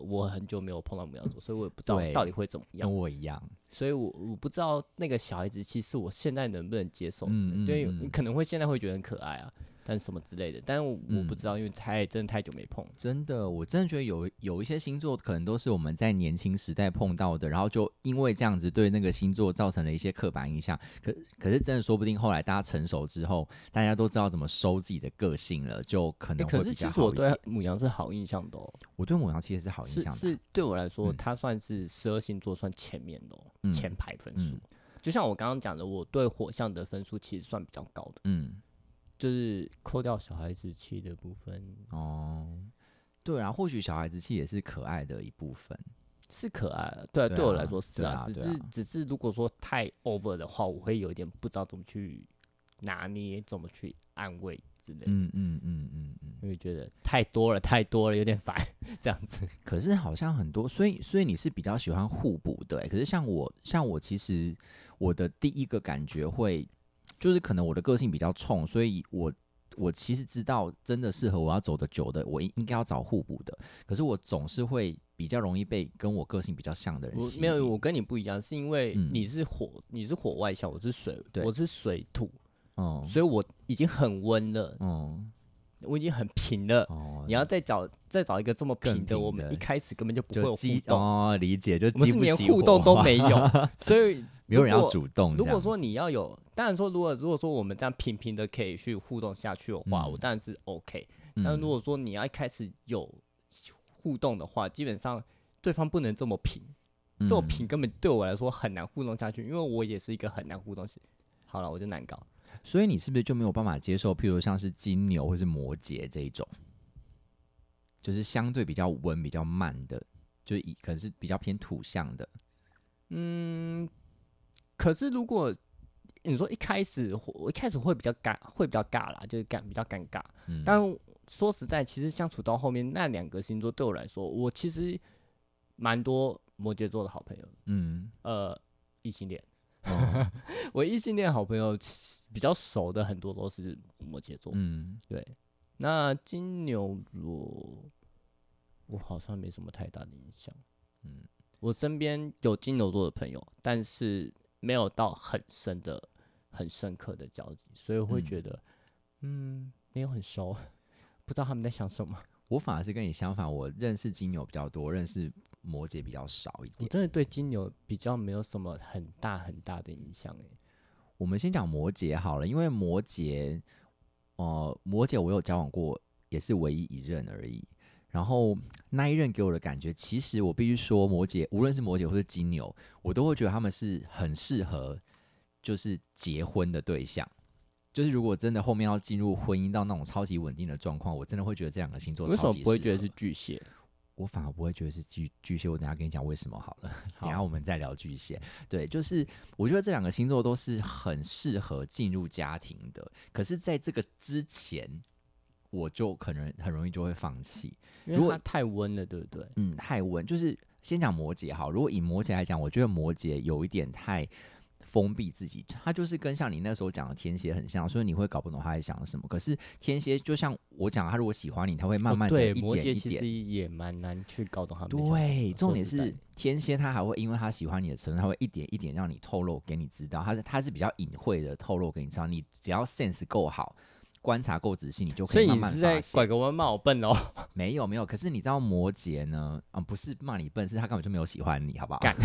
Speaker 1: 我很久没有碰到母羊座，所以我也不知道
Speaker 2: 对嗯
Speaker 1: 到底会怎么样
Speaker 2: 跟。我一样，
Speaker 1: 所以我我不知道那个小孩子气是我现在能不能接受的，
Speaker 2: 嗯嗯
Speaker 1: 对，
Speaker 2: 嗯
Speaker 1: 可能会现在会觉得很可爱啊，但什么之类的，但我我不
Speaker 2: 嗯
Speaker 1: 知道，因为太真的太久没碰。
Speaker 2: 真的，我真的觉得有有一些星座可能都是我们在年轻时代碰到的，然后就因为这样子对那个星座造成了一些刻板印象。可可是真的，说不定后来大家成熟之后，大家都知道怎么收自己的个性了，就可
Speaker 1: 欸
Speaker 2: 能会
Speaker 1: 可
Speaker 2: 比
Speaker 1: 是
Speaker 2: 较
Speaker 1: 其
Speaker 2: 好
Speaker 1: 实我
Speaker 2: 一点
Speaker 1: 对母羊是好印象的哦，
Speaker 2: 我对母羊其实是好印
Speaker 1: 是
Speaker 2: 象的，啊
Speaker 1: 是对我来说，
Speaker 2: 嗯
Speaker 1: 它算是十二星座算前面的哦，
Speaker 2: 嗯
Speaker 1: 前排分
Speaker 2: 嗯
Speaker 1: 数。就像我刚刚讲的，我对火象的分数其实算比较高的，
Speaker 2: 嗯
Speaker 1: 就是扣掉小孩子气的部分
Speaker 2: 哦，对啊，或许小孩子气也是可爱的一部分。
Speaker 1: 是可爱啊，对啊，
Speaker 2: 对
Speaker 1: 对我
Speaker 2: 啊
Speaker 1: 来说是
Speaker 2: 对
Speaker 1: 啊
Speaker 2: 啊，
Speaker 1: 只
Speaker 2: 对
Speaker 1: 是
Speaker 2: 啊
Speaker 1: 只是如果说太 over 的话，我会有一点不知道怎么去拿捏，怎么去安慰之类的，
Speaker 2: 嗯嗯嗯嗯嗯。
Speaker 1: 因为觉得太多了，太多了，有点烦 这样子。
Speaker 2: 可是好像很多，所以所以你是比较喜欢互补的欸、可是像我，像我其实我的第一个感觉会，就是可能我的个性比较冲，所以我我其实知道真的适合我要走的久的，我应应该要找互补的。可是我总是会比较容易被跟我个性比较像的人
Speaker 1: 我
Speaker 2: 吸
Speaker 1: 没有，
Speaker 2: 引
Speaker 1: 我跟你不一样，是因为
Speaker 2: 嗯
Speaker 1: 你是火，你是火外向，我是水，
Speaker 2: 对
Speaker 1: 我是水土，
Speaker 2: 嗯
Speaker 1: 所以我已经很温了，
Speaker 2: 嗯
Speaker 1: 我已经很平了。
Speaker 2: 哦，
Speaker 1: 你要再找再找一个这么
Speaker 2: 更
Speaker 1: 平的，
Speaker 2: 平
Speaker 1: 我们
Speaker 2: 的
Speaker 1: 一开始根本就不会有
Speaker 2: 就
Speaker 1: 互
Speaker 2: 激
Speaker 1: 动，
Speaker 2: 哦，理解就
Speaker 1: 我们
Speaker 2: 激
Speaker 1: 是
Speaker 2: 不
Speaker 1: 连
Speaker 2: 起
Speaker 1: 互
Speaker 2: 火
Speaker 1: 动都
Speaker 2: 花
Speaker 1: 没有，所以
Speaker 2: 没有人
Speaker 1: 如
Speaker 2: 要
Speaker 1: 果
Speaker 2: 主动这样。
Speaker 1: 如果说你要有，当然说如果如果说我们这样平平的可以去互动下去的话，
Speaker 2: 嗯
Speaker 1: 我当然是 OK。
Speaker 2: 嗯，
Speaker 1: 呃但如果说你要一开始有互动的话，基本上对方不能这么平，这么
Speaker 2: 嗯
Speaker 1: 平根本对我来说很难互动下去，因为我也是一个很难互动型。好了，我就难搞。
Speaker 2: 所以你是不是就没有办法接受，譬如像是金牛或是摩羯这一种，就是相对比较温、比较慢的，就是以可能是比较偏土象的，
Speaker 1: 嗯，可是如果你说一开始我一开始会比较尬，会比较尬啦，就是尴比较尴尬。
Speaker 2: 嗯，
Speaker 1: 但说实在，其实相处到后面那两个星座对我来说，我其实蛮多摩羯座的好朋友，
Speaker 2: 嗯，
Speaker 1: 呃，异性恋。
Speaker 2: 哦
Speaker 1: 我异性恋好朋友其比较熟的很多都是摩羯座，
Speaker 2: 嗯，
Speaker 1: 那金牛座我好像没什么太大的影响。
Speaker 2: 嗯
Speaker 1: 嗯，我身边有金牛座的朋友，但是没有到很深的、很深刻的交集，所以我会
Speaker 2: 嗯
Speaker 1: 觉得，嗯没有很熟，不知道他们在想什么。
Speaker 2: 我反而是跟你相反，我认识金牛比较多，认识摩羯比较少一
Speaker 1: 我
Speaker 2: 点。
Speaker 1: 真的对金牛比较没有什么很大很大的欸影响诶、
Speaker 2: 我们先讲摩羯好了，因为摩羯，呃，摩羯我有交往过，也是唯一一任而已。然后那一任给我的感觉，其实我必须说，摩羯无论是摩羯或是金牛，我都会觉得他们是很适合就是结婚的对象。就是如果真的后面要进入婚姻到那种超级稳定的状况，我真的会觉得这两个星座
Speaker 1: 为什么
Speaker 2: 超级
Speaker 1: 不会
Speaker 2: 适
Speaker 1: 觉得
Speaker 2: 合
Speaker 1: 是？巨蟹？
Speaker 2: 我反而不会觉得是巨巨蟹。我等一下跟你讲为什么好了。等一下
Speaker 1: 好
Speaker 2: 我们再聊巨蟹。对，就是我觉得这两个星座都是很适合进入家庭的，可是在这个之前，我就可能很容易就会放弃。
Speaker 1: 因
Speaker 2: 如
Speaker 1: 为
Speaker 2: 果
Speaker 1: 它太温了，对不对？
Speaker 2: 嗯，太温就是先讲摩羯好。如果以摩羯来讲，我觉得摩羯有一点太封闭自己，他就是跟像你那时候讲的天蝎很像，所以你会搞不懂他在想什么。可是天蝎就像我讲的，他如果喜欢你，他会慢
Speaker 1: 哦
Speaker 2: 慢的
Speaker 1: 对
Speaker 2: 一
Speaker 1: 摩
Speaker 2: 点
Speaker 1: 羯
Speaker 2: 一
Speaker 1: 其
Speaker 2: 点
Speaker 1: 实。也蛮难去搞懂他们在想什么。
Speaker 2: 对，
Speaker 1: 说
Speaker 2: 重点
Speaker 1: 实在
Speaker 2: 是天蝎，他还会因为他喜欢你的程度，他会一点一点让你透露给你知道，他是他是比较隐晦的透露给你知道，你只要 sense 够好，观察够仔细，你就可
Speaker 1: 所以
Speaker 2: 慢
Speaker 1: 你
Speaker 2: 慢
Speaker 1: 是
Speaker 2: 发
Speaker 1: 在
Speaker 2: 现。
Speaker 1: 拐个弯骂我笨哦？
Speaker 2: 没有没有，可是你知道摩羯呢？啊、不是骂你笨，是他根本就没有喜欢你，好不 好？
Speaker 1: 干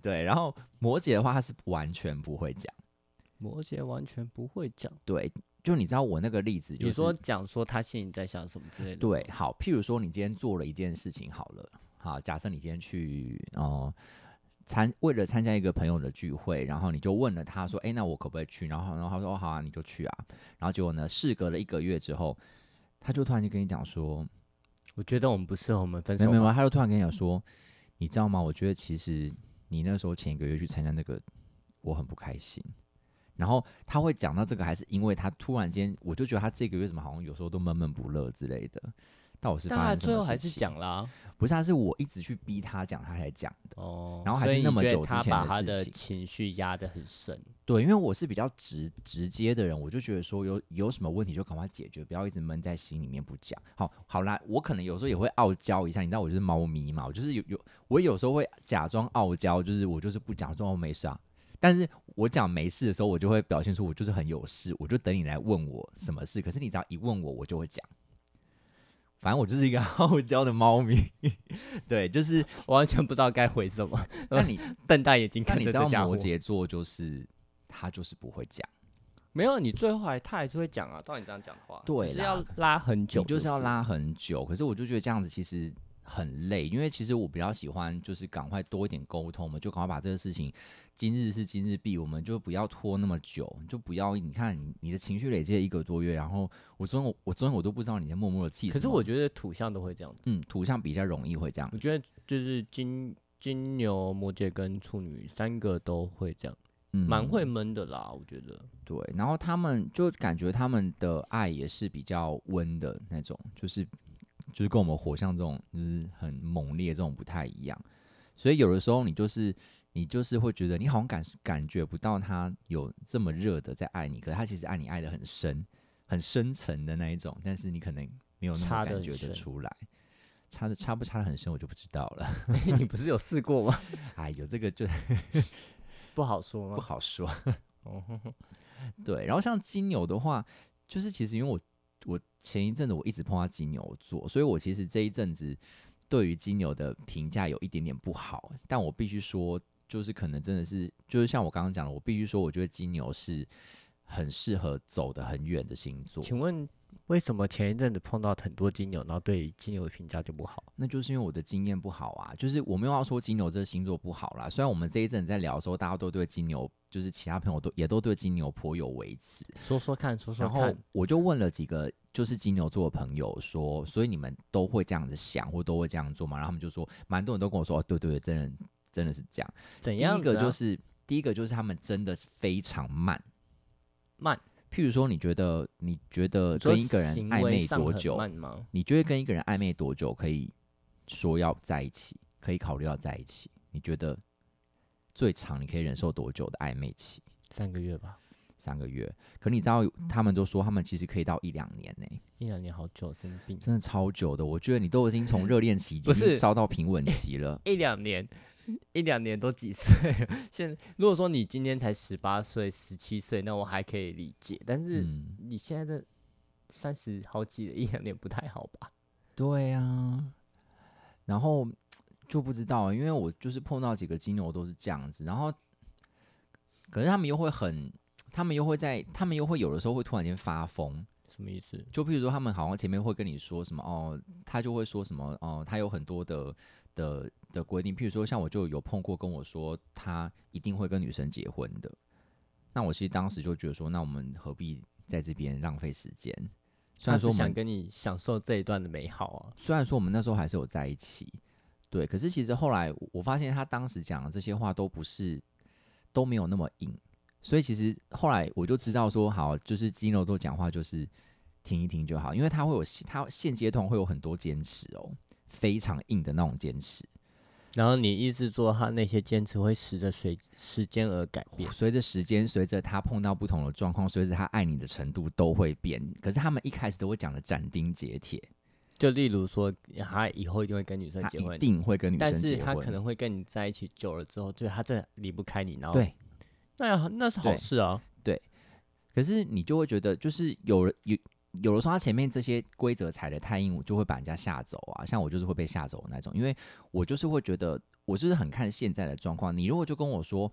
Speaker 2: 对，然后摩羯的话，他是完全不会讲。
Speaker 1: 摩羯完全不会讲。
Speaker 2: 对，就你知道我那个例子，就是
Speaker 1: 你说讲说他心里在想什么之类的吗。
Speaker 2: 对，好，譬如说你今天做了一件事情好了，好，假设你今天去哦参、为了参加一个朋友的聚会，然后你就问了他说，哎、那我可不可以去？然后然后他说、哦、好啊，你就去啊。然后结果呢，事隔了一个月之后，他就突然就跟你讲说，
Speaker 1: 我觉得我们不适合，我们分
Speaker 2: 没
Speaker 1: 手
Speaker 2: 有没有，
Speaker 1: 吧。
Speaker 2: 他就突然跟你讲说，你知道吗？我觉得其实你那时候前一个月去参加那个，我很不开心。然后他会讲到这个，还是因为他突然间，我就觉得他这个月怎么好像有时候都闷闷不乐之类的。到底是
Speaker 1: 但
Speaker 2: 发
Speaker 1: 他
Speaker 2: 生什
Speaker 1: 最
Speaker 2: 么
Speaker 1: 后还
Speaker 2: 事
Speaker 1: 是
Speaker 2: 情
Speaker 1: 讲啦。
Speaker 2: 不是，他是我一直去逼他讲，他才讲的。
Speaker 1: 哦，
Speaker 2: 然后还
Speaker 1: 所
Speaker 2: 是
Speaker 1: 以
Speaker 2: 那
Speaker 1: 你
Speaker 2: 么
Speaker 1: 觉得
Speaker 2: 久之
Speaker 1: 他
Speaker 2: 前
Speaker 1: 把
Speaker 2: 的
Speaker 1: 他
Speaker 2: 事
Speaker 1: 的
Speaker 2: 情
Speaker 1: 情绪压得很深。
Speaker 2: 对，因为我是比较直直接的人，我就觉得说有有什么问题就赶快解决，不要一直闷在心里面不讲。好，好啦，我可能有时候也会傲娇一下，你知道我就是猫咪嘛，我就是有有我有时候会假装傲娇，就是我就是不讲，说我没事啊。但是我讲没事的时候，我就会表现出我就是很有事，我就等你来问我什么事。可是你只要一问我，我就会讲。反正我就是一个 傲娇的猫咪，对， 就是。
Speaker 1: 我 完全不知道该回什么，
Speaker 2: 那你
Speaker 1: 瞪大眼睛
Speaker 2: 那
Speaker 1: 看
Speaker 2: 你
Speaker 1: 着
Speaker 2: 知
Speaker 1: 这
Speaker 2: 道
Speaker 1: 家伙
Speaker 2: 摩。羯座就是他就是不会讲，
Speaker 1: 没有，你最后还他还是会讲啊，照你这样讲话，
Speaker 2: 对
Speaker 1: 只是
Speaker 2: 啦
Speaker 1: 要拉很久，
Speaker 2: 你就是要。拉很久。可是我就觉得这样子其实很累，因为其实我比较喜欢就是赶快多一点沟通，我们就赶快把这个事情，今日事今日毕，我们就不要拖那么久，你就不要你看你你的情绪累积了一个多月，然后我昨天我我昨天我都不知道你在默默的气什么。
Speaker 1: 可是我觉得土象都会这样子，
Speaker 2: 嗯，图像比较容易会这样
Speaker 1: 我
Speaker 2: 子。
Speaker 1: 觉得就是金金牛、摩羯跟处女三个都会这样，
Speaker 2: 嗯
Speaker 1: 蛮会闷的啦，我觉得。
Speaker 2: 对，然后他们就感觉他们的爱也是比较温的那种，就是就是跟我们火象这种就是很猛烈这种不太一样，所以有的时候你就是你就是会觉得你好像感感觉不到他有这么热的在爱你，可是他其实爱你爱的很深很深层的那一种，但是你可能没有那
Speaker 1: 插
Speaker 2: 么
Speaker 1: 得
Speaker 2: 感
Speaker 1: 很
Speaker 2: 觉得
Speaker 1: 深
Speaker 2: 出来，插的插不插的很深我就不知道了，
Speaker 1: 你不是有试过吗？
Speaker 2: 哎呦这个就
Speaker 1: 不好说
Speaker 2: 不
Speaker 1: 吗？
Speaker 2: 好说。
Speaker 1: 哦 哼哼
Speaker 2: 对，然后像金牛的话，就是其实因为我我前一阵子我一直碰到金牛座，所以我其实这一阵子对于金牛的评价有一点点不好，但我必须说，就是可能真的是就是像我刚刚讲的，我必须说，我觉得金牛是很适合走得很远的星 座，
Speaker 1: 请问为什么前一阵子碰到很多金牛，然后对金牛的评价就不好？
Speaker 2: 那就是因为我的经验不好啊，就是我没有要说金牛这个星座不好啦。虽然我们这一阵子在聊的时候，大家都对金牛，就是其他朋友都也都对金牛颇有微词，
Speaker 1: 说说看，说说
Speaker 2: 然后
Speaker 1: 看。
Speaker 2: 我就问了几个就是金牛座的朋友说，所以你们都会这样子想或都会这样做吗？然后他们就说，蛮多人都跟我说，哦对对对，真的真的是这样。
Speaker 1: 怎
Speaker 2: 第
Speaker 1: 样、
Speaker 2: 一
Speaker 1: 子
Speaker 2: 个就
Speaker 1: 啊
Speaker 2: 是第一个就是他们真的是非常慢
Speaker 1: 慢，
Speaker 2: 譬如说你觉得你觉得
Speaker 1: 你说
Speaker 2: 跟一个人
Speaker 1: 行
Speaker 2: 暧
Speaker 1: 为
Speaker 2: 昧
Speaker 1: 上
Speaker 2: 多
Speaker 1: 很
Speaker 2: 久，
Speaker 1: 慢吗？
Speaker 2: 你觉得跟一个人暧昧多久可以说要在一起，可以考虑要在一起？你觉得最长你可以忍受多久的暧昧期？
Speaker 1: 三个月吧，
Speaker 2: 三个月，可
Speaker 1: 嗯
Speaker 2: 你知道，他们都说他们其实可以到一两年呢、
Speaker 1: 一两年好久，生病。
Speaker 2: 真的超久的，我觉得你都已 经从热恋期已
Speaker 1: 不
Speaker 2: 经
Speaker 1: 是。
Speaker 2: 烧到平稳期了
Speaker 1: 一两年，一两年都几岁了？ 现如果说你今天才十八岁、十七岁，那我还可以理解。但 是
Speaker 2: 嗯，
Speaker 1: 你现在这三十好几了，一两年不太好吧？
Speaker 2: 对啊，然后就不知道，啊因为我就是碰到几个金牛都是这样子，然后可是他们又会很，他们又会在，他们又会有的时候会突然间发疯，
Speaker 1: 什么意思？
Speaker 2: 就譬如说他们好像前面会跟你说什么哦，他就会说什么哦，他有很多的的的规定，譬如说像我就有碰过跟我说他一定会跟女生结婚的，那我其实当时就觉得说，那我们何必在这边浪费时间？虽
Speaker 1: 他
Speaker 2: 然
Speaker 1: 只
Speaker 2: 说我
Speaker 1: 想
Speaker 2: 们
Speaker 1: 跟你享受这一段的美好啊。
Speaker 2: 虽然说我们那时候还是有在一起，对，可是其实后来我我发现他当时讲的这些话都不是都没有那么硬，所以其实后来我就知道说，好，就是金牛座讲话就是听一听就好，因为他会有他现阶段会有很多坚持哦，非常硬的那种坚持。
Speaker 1: 然后你一直做他那些坚持，会随着随时间而改变。
Speaker 2: 随着时间，随着他碰到不同的状况，随着他爱你的程度都会变。可是他们一开始都会讲的斩钉截铁，
Speaker 1: 就例如说，他以后一定会跟女生
Speaker 2: 他
Speaker 1: 结婚
Speaker 2: 一，定会跟女生
Speaker 1: 但
Speaker 2: 结婚。
Speaker 1: 是他可能会跟你在一起久了之后，就是他真的离不开你，然后
Speaker 2: 对，
Speaker 1: 那那是好
Speaker 2: 对
Speaker 1: 事啊。
Speaker 2: 可是你就会觉得，就是有人有有的时候，他前面这些规则踩的太硬，我就会把人家吓走啊。像我就是会被吓走的那种，因为我就是会觉得，我就是很看现在的状况。你如果就跟我说，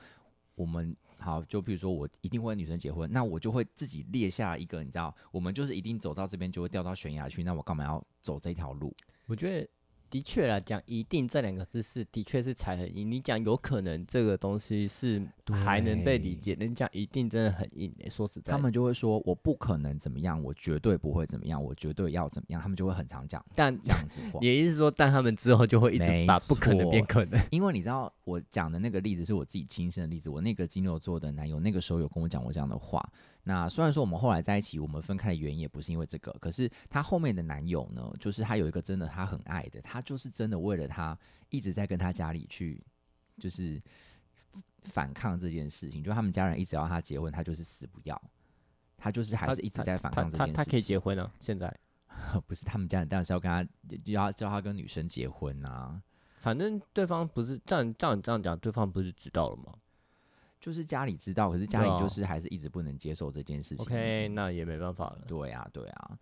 Speaker 2: 我们好，就比如说我一定会跟女生结婚，那我就会自己列下一个，你知道，我们就是一定走到这边就会掉到悬崖去，那我干嘛要走这条路？
Speaker 1: 我觉得的确来讲，一定这两个字是的确是踩很硬。你讲有可能这个东西是还能被理
Speaker 2: 对
Speaker 1: 解，你讲一定真的很硬、欸。说实在
Speaker 2: 他
Speaker 1: 的，
Speaker 2: 们就会说我不可能怎么样，我绝对不会怎么样，我绝对要怎么样，他们就会很常讲
Speaker 1: 但
Speaker 2: 这样子话。
Speaker 1: 你的意思是说，但他们之后就会一直
Speaker 2: 没
Speaker 1: 把不可能
Speaker 2: 错
Speaker 1: 变可能，
Speaker 2: 因为你知道我讲的那个例子是我自己亲身的例子，我那个金牛座的男友那个时候有跟我讲过这样的话。那虽然说我们后来在一起，我们分开的原因也不是因为这个，可是她后面的男友呢，就是他有一个真的他很爱的，他就是真的为了他一直在跟他家里去就是反抗这件事情，就他们家人一直要他结婚，他就是死不要。他就是还是一直在反
Speaker 1: 他
Speaker 2: 抗这
Speaker 1: 他
Speaker 2: 件事情。
Speaker 1: 他可以结婚啊，现在。
Speaker 2: 不是他们家人，当然是要跟他，就要叫他跟女生结婚啊。
Speaker 1: 反正对方不是照你照你这样讲，对方不是知道了吗？
Speaker 2: 就是家里知道，可是家里
Speaker 1: 对啊
Speaker 2: 就是还是一直不嗯能接受这件事情。
Speaker 1: OK，那也没办法了。
Speaker 2: 对啊，对啊，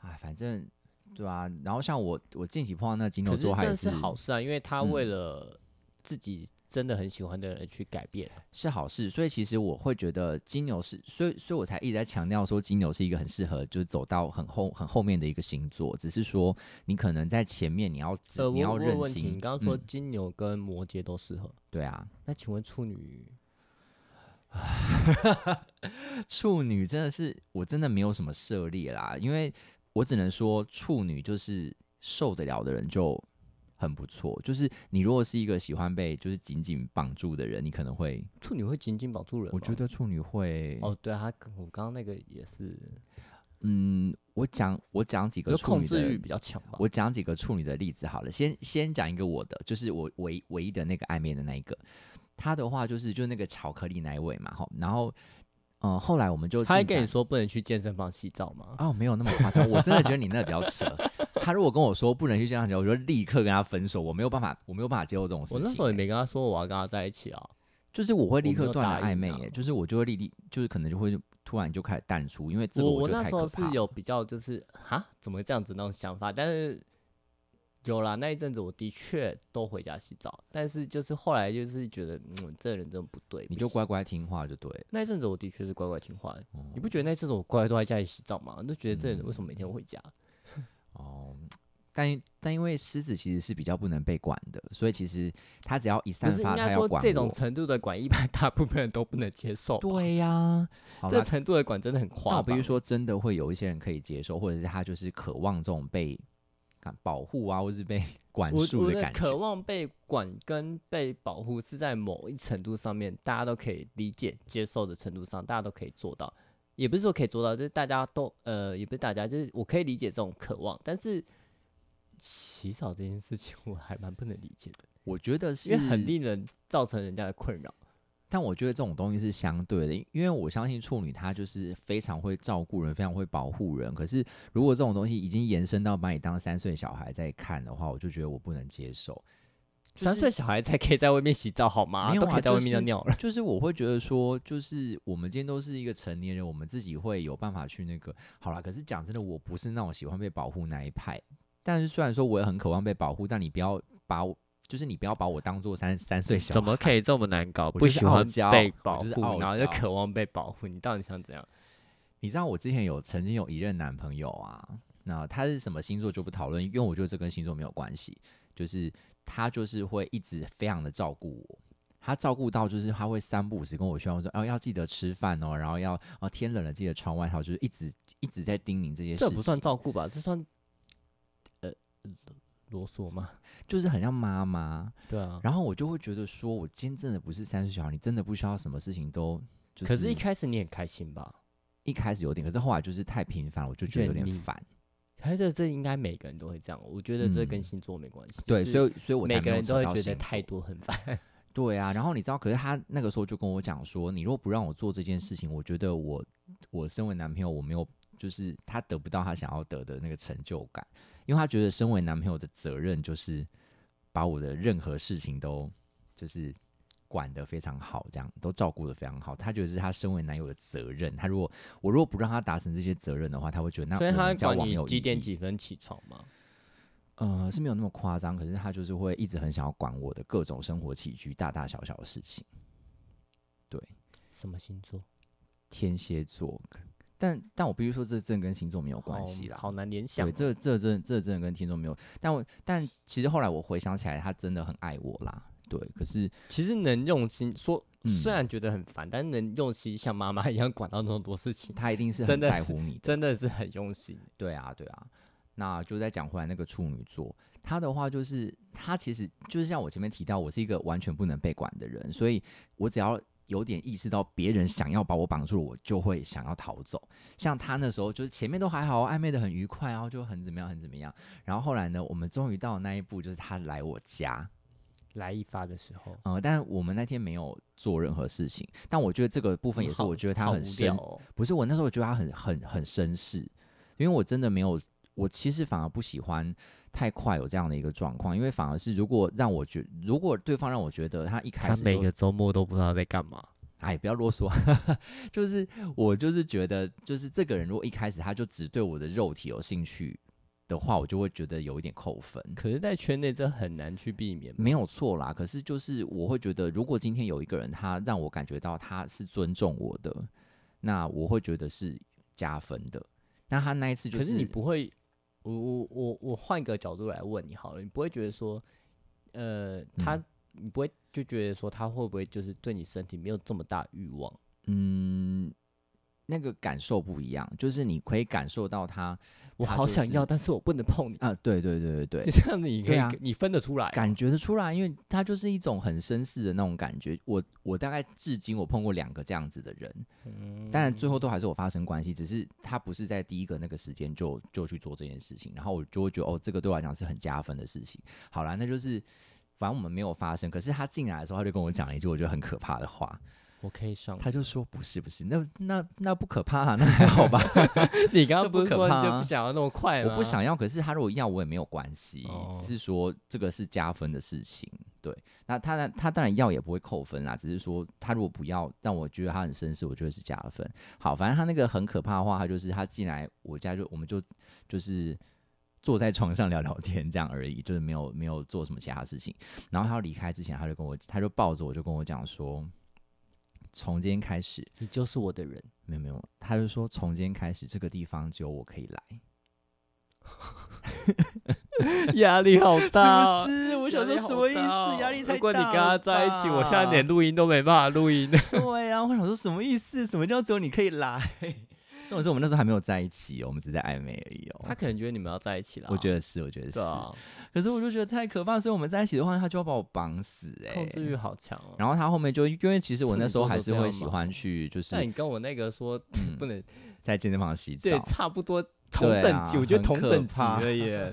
Speaker 2: 哎，反正对啊。然后像我，我近期碰到那个金
Speaker 1: 可
Speaker 2: 牛
Speaker 1: 是
Speaker 2: 座，还
Speaker 1: 这是
Speaker 2: 是
Speaker 1: 好事啊，因为他
Speaker 2: 嗯
Speaker 1: 为了自己真的很喜欢的人去改变。
Speaker 2: 是好事，所以其实我会觉得金牛是，所以所以我才一直在强调说金牛是一个很适合就是走到很后很后面的一个星座，只是说你可能在前面你要知、
Speaker 1: 呃，我
Speaker 2: 你要
Speaker 1: 我有
Speaker 2: 认
Speaker 1: 问题，
Speaker 2: 清，
Speaker 1: 你刚刚说
Speaker 2: 嗯
Speaker 1: 金牛跟摩羯都适合，
Speaker 2: 对啊，
Speaker 1: 那请问处女
Speaker 2: 处女真的是我真的没有什么涉猎啦，因为我只能说处女就是受得了的人就很不错，就是你如果是一个喜欢被就是紧紧绑住的人，你可能会，
Speaker 1: 处女会紧紧绑住人吗？
Speaker 2: 我觉得处女会，
Speaker 1: 哦，对啊，他跟我刚刚那个也是，
Speaker 2: 嗯，我讲我讲几个
Speaker 1: 就
Speaker 2: 处
Speaker 1: 控
Speaker 2: 女的
Speaker 1: 制欲比较强吧。
Speaker 2: 我讲几个处女的例子好了，先先讲一个我的，就是我唯唯一的那个暧昧的那一个，他的话就是就那个巧克力奶味嘛，哈，然后嗯、呃后来我们就
Speaker 1: 他还
Speaker 2: 进
Speaker 1: 跟你
Speaker 2: 展
Speaker 1: 说不能去健身房洗澡吗？
Speaker 2: 哦，没有那么夸张，我真的觉得你那个比较扯。他如果跟我说不能去这样讲，我就立刻跟他分手，我没有办法，我没有办法接受这种事情
Speaker 1: 我
Speaker 2: 欸。
Speaker 1: 那时候也没跟他说我要跟他在一起啊。
Speaker 2: 就是我会立
Speaker 1: 我没
Speaker 2: 刻
Speaker 1: 有
Speaker 2: 断了
Speaker 1: 答
Speaker 2: 暧
Speaker 1: 应
Speaker 2: 昧
Speaker 1: 啊
Speaker 2: 耶，就是我就会立立，就是可能就会突然就开始淡出，因为这个
Speaker 1: 我
Speaker 2: 觉得
Speaker 1: 那时
Speaker 2: 太可怕
Speaker 1: 候
Speaker 2: 了。
Speaker 1: 是有比较就是哈，怎么会这样子那种想法，但是有啦，那一阵子我的确都回家洗澡，但是就是后来就是觉得嗯，这人真的不对，
Speaker 2: 你
Speaker 1: 不
Speaker 2: 就
Speaker 1: 行
Speaker 2: 乖乖听话就对了。
Speaker 1: 那一阵子我的确是乖乖听话的，
Speaker 2: 哦
Speaker 1: 你不觉得那一阵子我乖乖都在家里洗澡吗？我就觉得这人为什么每
Speaker 2: 嗯
Speaker 1: 天回家？
Speaker 2: 哦，但但因为狮子其实是比较不能被管的，所以其实他只要一
Speaker 1: 不
Speaker 2: 散
Speaker 1: 是应
Speaker 2: 发，他
Speaker 1: 该
Speaker 2: 要
Speaker 1: 说
Speaker 2: 管
Speaker 1: 这种
Speaker 2: 我
Speaker 1: 程度的管，一般 大部分人都不能接受。，
Speaker 2: 对呀、好
Speaker 1: 这
Speaker 2: 啦，
Speaker 1: 程度的管真的很夸
Speaker 2: 那我
Speaker 1: 张。
Speaker 2: 比如，说真的会有一些人可以接受，或者是他就是渴望这种被啊保护啊，或 是被管
Speaker 1: 我
Speaker 2: 束
Speaker 1: 我
Speaker 2: 的
Speaker 1: 的
Speaker 2: 感
Speaker 1: 渴
Speaker 2: 觉。
Speaker 1: 望被管跟被保护是在某一程度上面，大家都可以理解、接受的程度上，大家都可以做到。也不是说可以做到，就是大家都呃，也不是大家，就是我可以理解这种渴望，但是洗澡这件事情我还蛮不能理解的，
Speaker 2: 我觉得
Speaker 1: 因
Speaker 2: 是
Speaker 1: 为很令人造成人家的困扰。
Speaker 2: 但我觉得这种东西是相对的，因为我相信处女她就是非常会照顾人，非常会保护人。可是如果这种东西已经延伸到把你当三岁小孩在看的话，我就觉得我不能接受。就是
Speaker 1: 三岁小孩才可以在外面洗澡好吗？
Speaker 2: 没有
Speaker 1: 都
Speaker 2: 啊
Speaker 1: 可以在
Speaker 2: 就
Speaker 1: 外面尿
Speaker 2: 是
Speaker 1: 尿 了。
Speaker 2: 就是我会觉得说，就是我们今天都是一个成年人，我们自己会有办法去那个。好啦，可是讲真的，我不是那种喜欢被保护那一派。但是虽然说我也很渴望被保护，但你不要把我，就是你不要把我当做三三岁小孩。
Speaker 1: 怎么可以这么难搞？
Speaker 2: 我
Speaker 1: 不
Speaker 2: 就是
Speaker 1: 喜
Speaker 2: 傲
Speaker 1: 欢
Speaker 2: 娇
Speaker 1: 被
Speaker 2: 我
Speaker 1: 保
Speaker 2: 就
Speaker 1: 护
Speaker 2: 是傲，
Speaker 1: 然后就
Speaker 2: 娇
Speaker 1: 渴望被保护，你到底想怎样？
Speaker 2: 你知道我之前有曾经有一任男朋友啊，那他是什么星座就不讨论，因为我觉得这跟星座没有关系。就是他就是会一直非常的照顾我，他照顾到就是他会三不五时跟我炫耀说，哦要记得吃饭哦，然后要哦天冷了记得穿外套，就是一直一直在叮咛这些事情。
Speaker 1: 这不算照顾吧？这算呃啰嗦吗？
Speaker 2: 就是很像妈妈。
Speaker 1: 对啊。
Speaker 2: 然后我就会觉得说，我今天真的不是三岁小孩，你真的不需要什么事情都。就是、
Speaker 1: 可是，一开始你很开心吧？
Speaker 2: 一开始有点，可是后来就是太频繁了，我就觉得有
Speaker 1: 有点
Speaker 2: 点
Speaker 1: 腻
Speaker 2: 烦。
Speaker 1: 还是这应该每个人都会这样，我觉得这
Speaker 2: 嗯
Speaker 1: 跟星座没关系。
Speaker 2: 对，
Speaker 1: 就是
Speaker 2: 所以所以我才
Speaker 1: 每
Speaker 2: 没
Speaker 1: 个
Speaker 2: 有
Speaker 1: 人
Speaker 2: 扯
Speaker 1: 都会
Speaker 2: 到
Speaker 1: 觉
Speaker 2: 星
Speaker 1: 得太
Speaker 2: 座
Speaker 1: 多很烦。
Speaker 2: 对啊，然后你知道，可是他那个时候就跟我讲说，你如果不让我做这件事情，我觉得我我身为男朋友，我没有就是他得不到他想要得的那个成就感，因为他觉得身为男朋友的责任就是把我的任何事情都就是管得非常好，这样都照顾得非常好。他觉得是他身为男友的责任，他如果我如果不让他达成这些责任的话，他会觉得那
Speaker 1: 所以
Speaker 2: 我
Speaker 1: 他会
Speaker 2: 们交
Speaker 1: 管
Speaker 2: 往没
Speaker 1: 你
Speaker 2: 有
Speaker 1: 几
Speaker 2: 意
Speaker 1: 点
Speaker 2: 义
Speaker 1: 几分起床吗？
Speaker 2: 呃，是没有那么夸张，可是他就是会一直很想要管我的各种生活起居、大大小小的事情。
Speaker 1: 什么星座？
Speaker 2: 天蝎座，但但我必须说，这真的跟星座没有关
Speaker 1: 好
Speaker 2: 系啦。
Speaker 1: 好难联想
Speaker 2: 对，
Speaker 1: 哦。
Speaker 2: 这这真这真的跟星座没有。但我但其实后来我回想起来，他真的很爱我啦。对，可是
Speaker 1: 其实能用心说，虽
Speaker 2: 嗯
Speaker 1: 然觉得很烦，但是能用心像妈妈一样管到那么多事情，
Speaker 2: 他一定是
Speaker 1: 真
Speaker 2: 很
Speaker 1: 的
Speaker 2: 在
Speaker 1: 是
Speaker 2: 乎你的。
Speaker 1: 真的是很用心。
Speaker 2: 对啊，对啊。那就再讲回来那个处女座，他的话就是他其实就是像我前面提到，我是一个完全不能被管的人，所以我只要有点意识到别人想要把我绑住了，我就会想要逃走。像他那时候就是前面都还好，暧昧的很愉快，然后就很怎么样，很怎么样。然后后来呢，我们终于到了那一步，就是他来我家，
Speaker 1: 来一发的时候，
Speaker 2: 呃，但我们那天没有做任何事情。但我觉得这个部分也是
Speaker 1: 好
Speaker 2: 我觉得他
Speaker 1: 好
Speaker 2: 很
Speaker 1: 无
Speaker 2: 深
Speaker 1: 聊哦。
Speaker 2: 不是我那时候觉得他很很很绅士，因为我真的没有，我其实反而不喜欢太快有这样的一个状况，因为反而是如果让我觉，如果对方让我觉得他一开
Speaker 1: 他
Speaker 2: 始
Speaker 1: 每
Speaker 2: 就
Speaker 1: 个周末都不知道在干嘛。
Speaker 2: 哎，不要啰嗦， 就是我就是觉得，就是这个人如果一开始他就只对我的肉体有兴趣的话，我就会觉得有一点扣分。
Speaker 1: 可是，在圈内这很难去避免嘛。
Speaker 2: 没有错啦，可是就是我会觉得，如果今天有一个人他让我感觉到他是尊重我的，那我会觉得是加分的。那他那一嗯次就
Speaker 1: 可是你不会，我我我我换个角度来问你好了，你不会觉得说，呃，他、
Speaker 2: 嗯
Speaker 1: 你不会就觉得说他会不会就是对你身体没有这么大欲望？
Speaker 2: 嗯，那个感受不一样，就是你可以感受到他
Speaker 1: 我
Speaker 2: 他
Speaker 1: 好
Speaker 2: 就
Speaker 1: 想
Speaker 2: 是
Speaker 1: 要，但是我不能碰你。
Speaker 2: 啊，对对对对对，
Speaker 1: 就 这样子，你可以、
Speaker 2: 对啊
Speaker 1: 你分得出来吗。
Speaker 2: 感觉得出来，因为他就是一种很绅士的那种感觉。我我大概至今我碰过两个这样子的人，当然最后都还是我发生关系，只是他不是在第一个那个时间就就去做这件事情，然后我就会觉得哦，这个对我来讲是很加分的事情。好啦，那就是反正我们没有发生，可是他进来的时候他就跟我讲了一句我觉得很可怕的话，
Speaker 1: 我可以上。
Speaker 2: 他就说不是不是，那那那不可怕、啊，那还好吧，
Speaker 1: 你刚
Speaker 2: 这
Speaker 1: 刚
Speaker 2: 不
Speaker 1: 不是
Speaker 2: 可
Speaker 1: 说你
Speaker 2: 怕
Speaker 1: 就
Speaker 2: 啊
Speaker 1: 不想要那么快吗？
Speaker 2: 我不想要，可是他如果要我也没有关系，
Speaker 1: 哦
Speaker 2: 只是说这个是加分的事情。对，那他呢？他当然要也不会扣分啦，只是说他如果不要让我觉得他很绅士，我觉得是加分。好，反正他那个很可怕的话，他就是他进来我家就我们就就是坐在床上聊聊天这样而已，就是没有没有做什么其他事情。然后他要离开之前，他就跟我他就抱着我就跟我讲说，从今天开始
Speaker 1: 你就是我的 人。
Speaker 2: 没有没有，他就说从今天开始这个地方只有我可以来。
Speaker 1: 压力好大、
Speaker 2: 是不是？我想说什么意思？压力太大。
Speaker 1: 如果你跟他在一起，我现在连。录音都没办法录音。
Speaker 2: 对呀、啊，我想说什么意思？什么叫只有你可以来？ 这种是我们那时候还没有在一起哦，我们只是在暧昧而已哦。
Speaker 1: 他可能觉得你们要在一起了。
Speaker 2: 我觉得是，我觉得是。
Speaker 1: 对啊，
Speaker 2: 可是我就觉得太可怕，所以我们在一起的话，他就要把我绑死哎、
Speaker 1: 控制欲好强哦、
Speaker 2: 然后他后面就因为其实我那时
Speaker 1: 处女座
Speaker 2: 候还
Speaker 1: 都
Speaker 2: 是
Speaker 1: 这样
Speaker 2: 会
Speaker 1: 吗
Speaker 2: 喜欢去，就是
Speaker 1: 那你跟我那个说
Speaker 2: 嗯
Speaker 1: 不能，
Speaker 2: 在健身房洗澡
Speaker 1: 对，，差不多同
Speaker 2: 对
Speaker 1: 等
Speaker 2: 啊
Speaker 1: 级，我觉得
Speaker 2: 很
Speaker 1: 同
Speaker 2: 可
Speaker 1: 等级
Speaker 2: 怕
Speaker 1: 了 耶。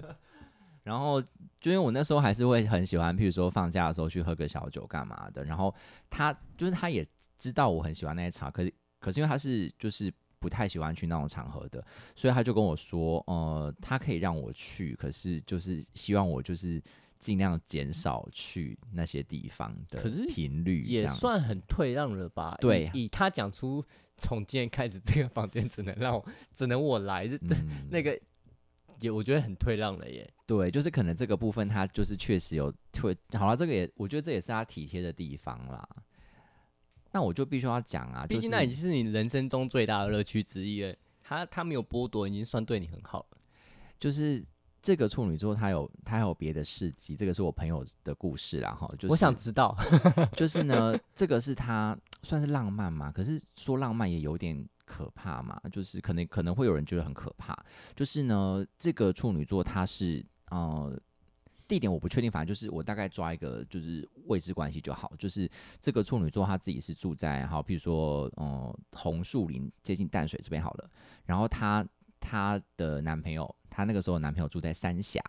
Speaker 2: 然后就因为我那时候还是会很喜欢，譬如说放假的时候去喝个小酒干嘛的。然后他就是他也知道我很喜欢那些茶，可是可是因为他是就是不太喜欢去那种场合的，所以他就跟我说，呃，他可以让我去，可是就是希望我就是尽量减少去那些地方的
Speaker 1: 可是
Speaker 2: 频率，这
Speaker 1: 也
Speaker 2: 样
Speaker 1: 算很退让了吧？以
Speaker 2: 对啊
Speaker 1: 以他讲出从今天开始这个房间只能让我，只能我来，这、这
Speaker 2: 嗯
Speaker 1: 那个也我觉得很退让了耶。
Speaker 2: 对，就是可能这个部分他就是确实有退。好了，这个也我觉得这也是他体贴的地方啦。那我就必须要讲啊，
Speaker 1: 毕竟
Speaker 2: 就是
Speaker 1: 那已经是你人生中最大的乐趣之一了。他他没有剥夺，已经算对你很好了。
Speaker 2: 就是这个处女座，他有他有别的事迹，这个是我朋友的故事啦哈。就是、
Speaker 1: 我想知道，
Speaker 2: 就是呢，这个是他算是浪漫嘛，可是说浪漫也有点可怕嘛，就是可能可能会有人觉得很可怕。就是呢，这个处女座他是呃。地点我不确定，反正就是我大概抓一个就是位置关系就好。就是这个处女座他自己是住在好，比如说呃红树林接近淡水这边好了。然后她她的男朋友，她那个时候的男朋友住在三峡，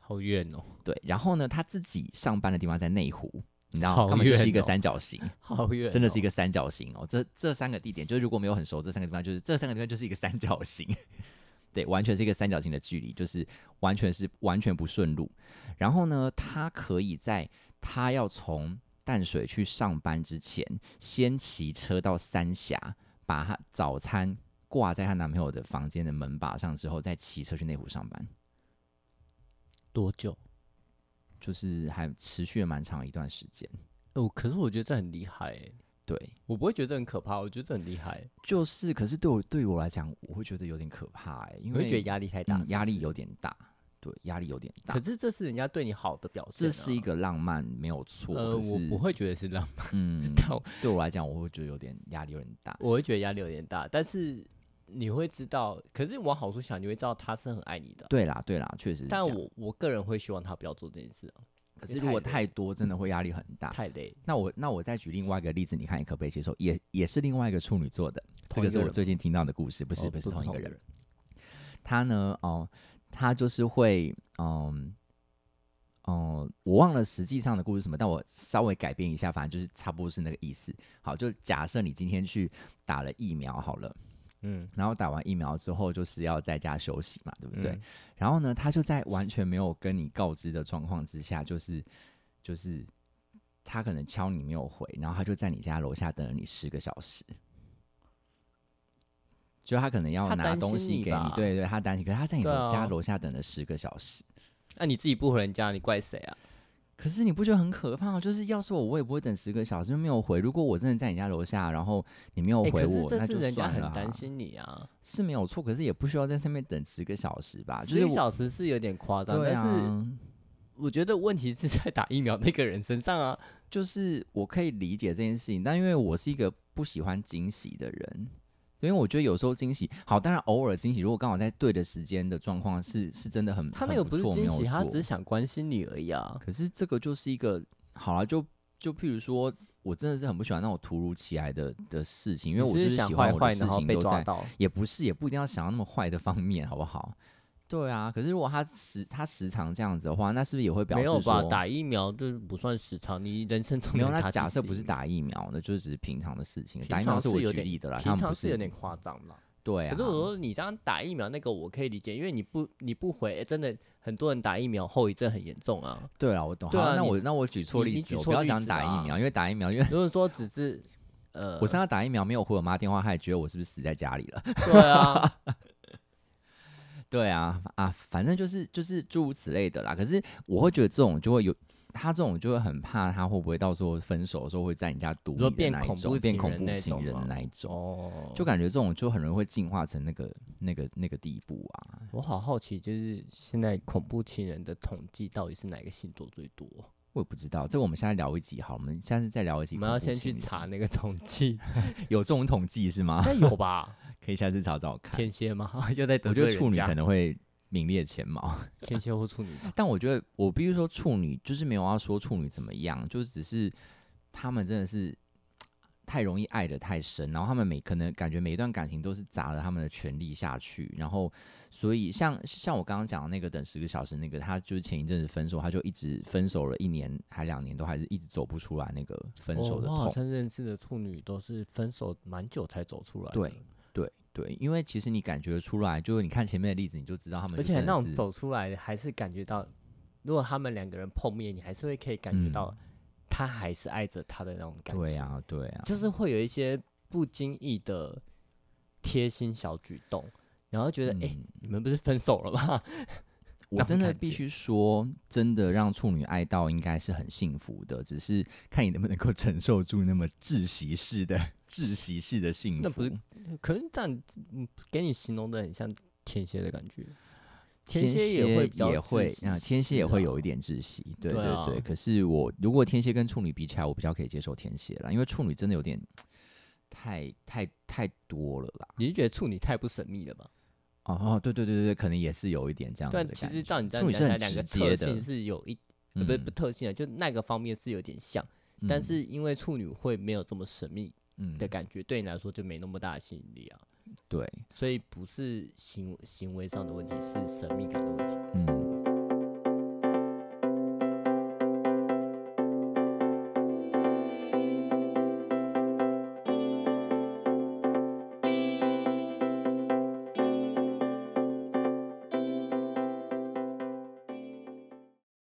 Speaker 1: 好远 哦，
Speaker 2: 对。然后呢，她自己上班的地方在内湖，你知道，
Speaker 1: 好
Speaker 2: 他们就是一个
Speaker 1: 远哦
Speaker 2: 三角形。
Speaker 1: 好远哦、
Speaker 2: 真的是一个三角形哦。这这三个地点，就是如果没有很熟这三个地方，就是这三个地方就是一个三角形， 对，完全是一个三角形的距离，就是完全是完全不顺路。然后呢，他可以在他要从淡水去上班之前，先骑车到三峡，把他早餐挂在她男朋友的房间的门把上之后，再骑车去内湖上班。
Speaker 1: 多久？
Speaker 2: 就是还持续了蛮长一段时间，
Speaker 1: 哦，可是我觉得这很厉害耶，
Speaker 2: 对，
Speaker 1: 我不会觉得这很可怕，我觉得这很厉害，
Speaker 2: 就是，可是对我对我来讲，我会觉得有点可怕、欸，因
Speaker 1: 你
Speaker 2: 为
Speaker 1: 会觉得压力太大
Speaker 2: 嗯，压力
Speaker 1: 有。
Speaker 2: 有点大，对，压力有点大
Speaker 1: 可。是这是人家对你好的表现、啊
Speaker 2: 这是一。个浪漫，没有错。
Speaker 1: 呃，
Speaker 2: 可
Speaker 1: 我
Speaker 2: 是
Speaker 1: 不，会觉得是浪漫，
Speaker 2: 嗯，
Speaker 1: 但我
Speaker 2: 对我来讲，我会觉得有点压力有点大。
Speaker 1: 我会觉得压力有点大。但是你会知道，可是往好处想，你会知道他是很爱你的。
Speaker 2: 对啦，对啦，确实是这
Speaker 1: 但
Speaker 2: 样。
Speaker 1: 我我个人会希望他不要做这件事、啊，
Speaker 2: 可是如果太多，真的会压力很大。
Speaker 1: 嗯太累。
Speaker 2: 那我那我再举另外一个例子，你看你可不可以接受？也也是另外一个处女座的，这
Speaker 1: 同一
Speaker 2: 个
Speaker 1: 个
Speaker 2: 是我
Speaker 1: 人哦
Speaker 2: 最近听到的故事，不
Speaker 1: 不
Speaker 2: 是、不是同一个人。
Speaker 1: 人，
Speaker 2: 他呢，哦、他就是会，嗯，哦、我忘了实际上的故事是什么，但我稍微改变一下，反正就是差不多是那个意思。好，就假设你今天去打了疫苗好了，
Speaker 1: 嗯，
Speaker 2: 然后打完疫苗之后就是要在家休息嘛，对不对？
Speaker 1: 嗯
Speaker 2: 然后呢，他就在完全没有跟你告知的状况之下，就是就是。他可能敲你没有回，然后他就在你家楼下等了你十个小时。就他可能要
Speaker 1: 他
Speaker 2: 拿
Speaker 1: 担
Speaker 2: 东
Speaker 1: 心
Speaker 2: 西
Speaker 1: 你
Speaker 2: 给你，
Speaker 1: 吧
Speaker 2: 对对，他担心，可是他在你
Speaker 1: 对
Speaker 2: 的家
Speaker 1: 啊
Speaker 2: 楼下等了十个小时。
Speaker 1: 那、你自己不回人家，你怪谁啊？
Speaker 2: 可是你不觉得很可怕吗？就是要是我，我也不会等十个小时就没有回。如果我真的在你家楼下，然后你没有
Speaker 1: 哎、
Speaker 2: 回
Speaker 1: 可是
Speaker 2: 我，
Speaker 1: 这
Speaker 2: 那
Speaker 1: 是
Speaker 2: 就
Speaker 1: 人家
Speaker 2: 算
Speaker 1: 很
Speaker 2: 了啊
Speaker 1: 担心你啊。
Speaker 2: 是没有错，可是也不需要在上面等十个小时吧？啊就
Speaker 1: 十
Speaker 2: 是
Speaker 1: 个
Speaker 2: 我
Speaker 1: 小时是有点夸张，
Speaker 2: 对
Speaker 1: 但是
Speaker 2: 啊，
Speaker 1: 我觉得问题是在打疫苗那个人身上啊。
Speaker 2: 就是我可以理解这件事情，但因为我是一个不喜欢惊喜的人，因为我觉得有时候惊喜好，当然偶尔惊喜，如果刚好在对的时间的状况是是真的很
Speaker 1: 他那
Speaker 2: 很
Speaker 1: 个不是
Speaker 2: 错
Speaker 1: 惊
Speaker 2: 没有
Speaker 1: 喜，他
Speaker 2: 错
Speaker 1: 只是想关心你而已啊。
Speaker 2: 可是这个就是一个好了，就就譬如说，我真的是很不喜欢那种突如其来的的事情，因为
Speaker 1: 你
Speaker 2: 我
Speaker 1: 是不
Speaker 2: 就是
Speaker 1: 想
Speaker 2: 喜欢
Speaker 1: 坏
Speaker 2: 我
Speaker 1: 坏，
Speaker 2: 的事
Speaker 1: 然后
Speaker 2: 情
Speaker 1: 被
Speaker 2: 都
Speaker 1: 抓
Speaker 2: 在，
Speaker 1: 到。
Speaker 2: 也不是也不一定要想到那么坏的方面，好不好？对啊，可是如果他时他时常这样子的话，那是不是也会表
Speaker 1: 没
Speaker 2: 示
Speaker 1: 有
Speaker 2: 说
Speaker 1: 吧？打疫苗就是不算时长，你人生中
Speaker 2: 没有？
Speaker 1: 能
Speaker 2: 那
Speaker 1: 打
Speaker 2: 假
Speaker 1: 几
Speaker 2: 设
Speaker 1: 次
Speaker 2: 不是
Speaker 1: 疫
Speaker 2: 打疫苗呢，就只是平常的事情。
Speaker 1: 平
Speaker 2: 打疫苗
Speaker 1: 常是
Speaker 2: 是我
Speaker 1: 有
Speaker 2: 举
Speaker 1: 点
Speaker 2: 例的啦，他
Speaker 1: 平
Speaker 2: 们不
Speaker 1: 常是有点夸张啦。
Speaker 2: 对啊。
Speaker 1: 可是我说你这样打疫苗那个我可以理解，因为你不你不回，诶真的很多人打疫苗后遗症很严重啊。
Speaker 2: 对了，我懂。好
Speaker 1: 对啊
Speaker 2: 那
Speaker 1: 你
Speaker 2: 我那我举错
Speaker 1: 你
Speaker 2: 例
Speaker 1: 你
Speaker 2: 子，
Speaker 1: 举
Speaker 2: 我不
Speaker 1: 错
Speaker 2: 要
Speaker 1: 例
Speaker 2: 讲
Speaker 1: 子
Speaker 2: 打疫
Speaker 1: 啦
Speaker 2: 苗，因为打疫苗，因为
Speaker 1: 如果说只是呃，
Speaker 2: 我上次打疫苗没有回我妈电话，她也觉得我是不是死在家里了。
Speaker 1: 对啊，
Speaker 2: 对啊，啊，反正就是就是诸如此类的啦。可是我会觉得这种就会有，他这种就会很怕他会不会到时候分手的时候会在你家堵
Speaker 1: 你
Speaker 2: 你
Speaker 1: 说
Speaker 2: 的
Speaker 1: 变
Speaker 2: 那一
Speaker 1: 恐
Speaker 2: 种
Speaker 1: 怖
Speaker 2: 变
Speaker 1: 情
Speaker 2: 恐
Speaker 1: 人
Speaker 2: 怖
Speaker 1: 那
Speaker 2: 情
Speaker 1: 种
Speaker 2: 人的
Speaker 1: 吗
Speaker 2: 那一种，
Speaker 1: 哦，
Speaker 2: 就感觉这种就很容易会进化成那个那个那个地步啊。
Speaker 1: 我好好奇，就是现在恐怖情人的统计到底是哪个星座最多？
Speaker 2: 我也不知道，这个我们现在聊一集好，我们下次再聊一集
Speaker 1: 我
Speaker 2: 恐怖情
Speaker 1: 们要先
Speaker 2: 人。
Speaker 1: 去查那个统计，
Speaker 2: 有这种统计是吗
Speaker 1: 应？该有吧？
Speaker 2: 可以下次找找看。
Speaker 1: 天蝎 吗？ 又在得
Speaker 2: 我觉
Speaker 1: 罪
Speaker 2: 得处
Speaker 1: 人
Speaker 2: 女
Speaker 1: 家
Speaker 2: 可，能会名列前茅。
Speaker 1: 天蝎或处女吧。
Speaker 2: 但我觉得我必须说，处女就是没有要说处女怎么样，就只是他们真的是太容易爱的太深，然后他们每可能感觉每一段感情都是砸了他们的全力下去，然后所以像像我刚刚讲的那个等十个小时那个，他就是前一阵子分手，他就一直分手了一年还两年，都还是一直走不出来那个分手的
Speaker 1: 哦、我
Speaker 2: 痛。
Speaker 1: 好像认识的处女都是分手蛮久才走出来的，
Speaker 2: 对对对，因为其实你感觉出来，就是你看前面的例子，你就知道他们
Speaker 1: 而
Speaker 2: 就
Speaker 1: 且
Speaker 2: 真
Speaker 1: 那
Speaker 2: 的
Speaker 1: 种
Speaker 2: 是
Speaker 1: 走出来的还是感觉到，如果他们两个人碰面，你还是会可以感觉
Speaker 2: 嗯
Speaker 1: 到他还是爱着他的那种感觉，
Speaker 2: 对啊对啊，
Speaker 1: 就是会有一些不经意的贴心小举动，然后觉得哎、诶
Speaker 2: 嗯
Speaker 1: 你们不是分手了吗？
Speaker 2: 我
Speaker 1: 那种
Speaker 2: 真的
Speaker 1: 感
Speaker 2: 必
Speaker 1: 觉
Speaker 2: 须说，真的让处女爱到应该是很幸福的，只是看你能不能够承受住那么窒息式的、窒息式的幸福。
Speaker 1: 那不是可是这样，嗯，给你形容的很像天蝎的感觉，
Speaker 2: 天
Speaker 1: 天蝎也会比较
Speaker 2: 也
Speaker 1: 窒
Speaker 2: 会
Speaker 1: 息
Speaker 2: 啊，天蝎
Speaker 1: 式
Speaker 2: 也会
Speaker 1: 啊
Speaker 2: 有一点窒息。对
Speaker 1: 对
Speaker 2: 对
Speaker 1: 啊
Speaker 2: 对，可是我如果天蝎跟处女比起来，我比较可以接受天蝎啦，因为处女真的有点太太太多了啦。
Speaker 1: 你是觉得处女太不神秘了吧？
Speaker 2: 哦哦，对对对对对，可能也是有一点这样子的
Speaker 1: 但
Speaker 2: 感
Speaker 1: 啊其
Speaker 2: 觉。
Speaker 1: 实照你这
Speaker 2: 处
Speaker 1: 样讲起来，
Speaker 2: 女是很
Speaker 1: 两个
Speaker 2: 直接
Speaker 1: 特
Speaker 2: 的
Speaker 1: 性是有一，呃不是不
Speaker 2: 嗯
Speaker 1: 特性啊，就那个方面是有点像，但是因为处女会没有这么神秘
Speaker 2: 嗯
Speaker 1: 的
Speaker 2: 嗯
Speaker 1: 感觉，对你来说就没那么大的吸引力啊，
Speaker 2: 对，
Speaker 1: 所以不是行行为上的问题，是神秘感的问题。
Speaker 2: 嗯。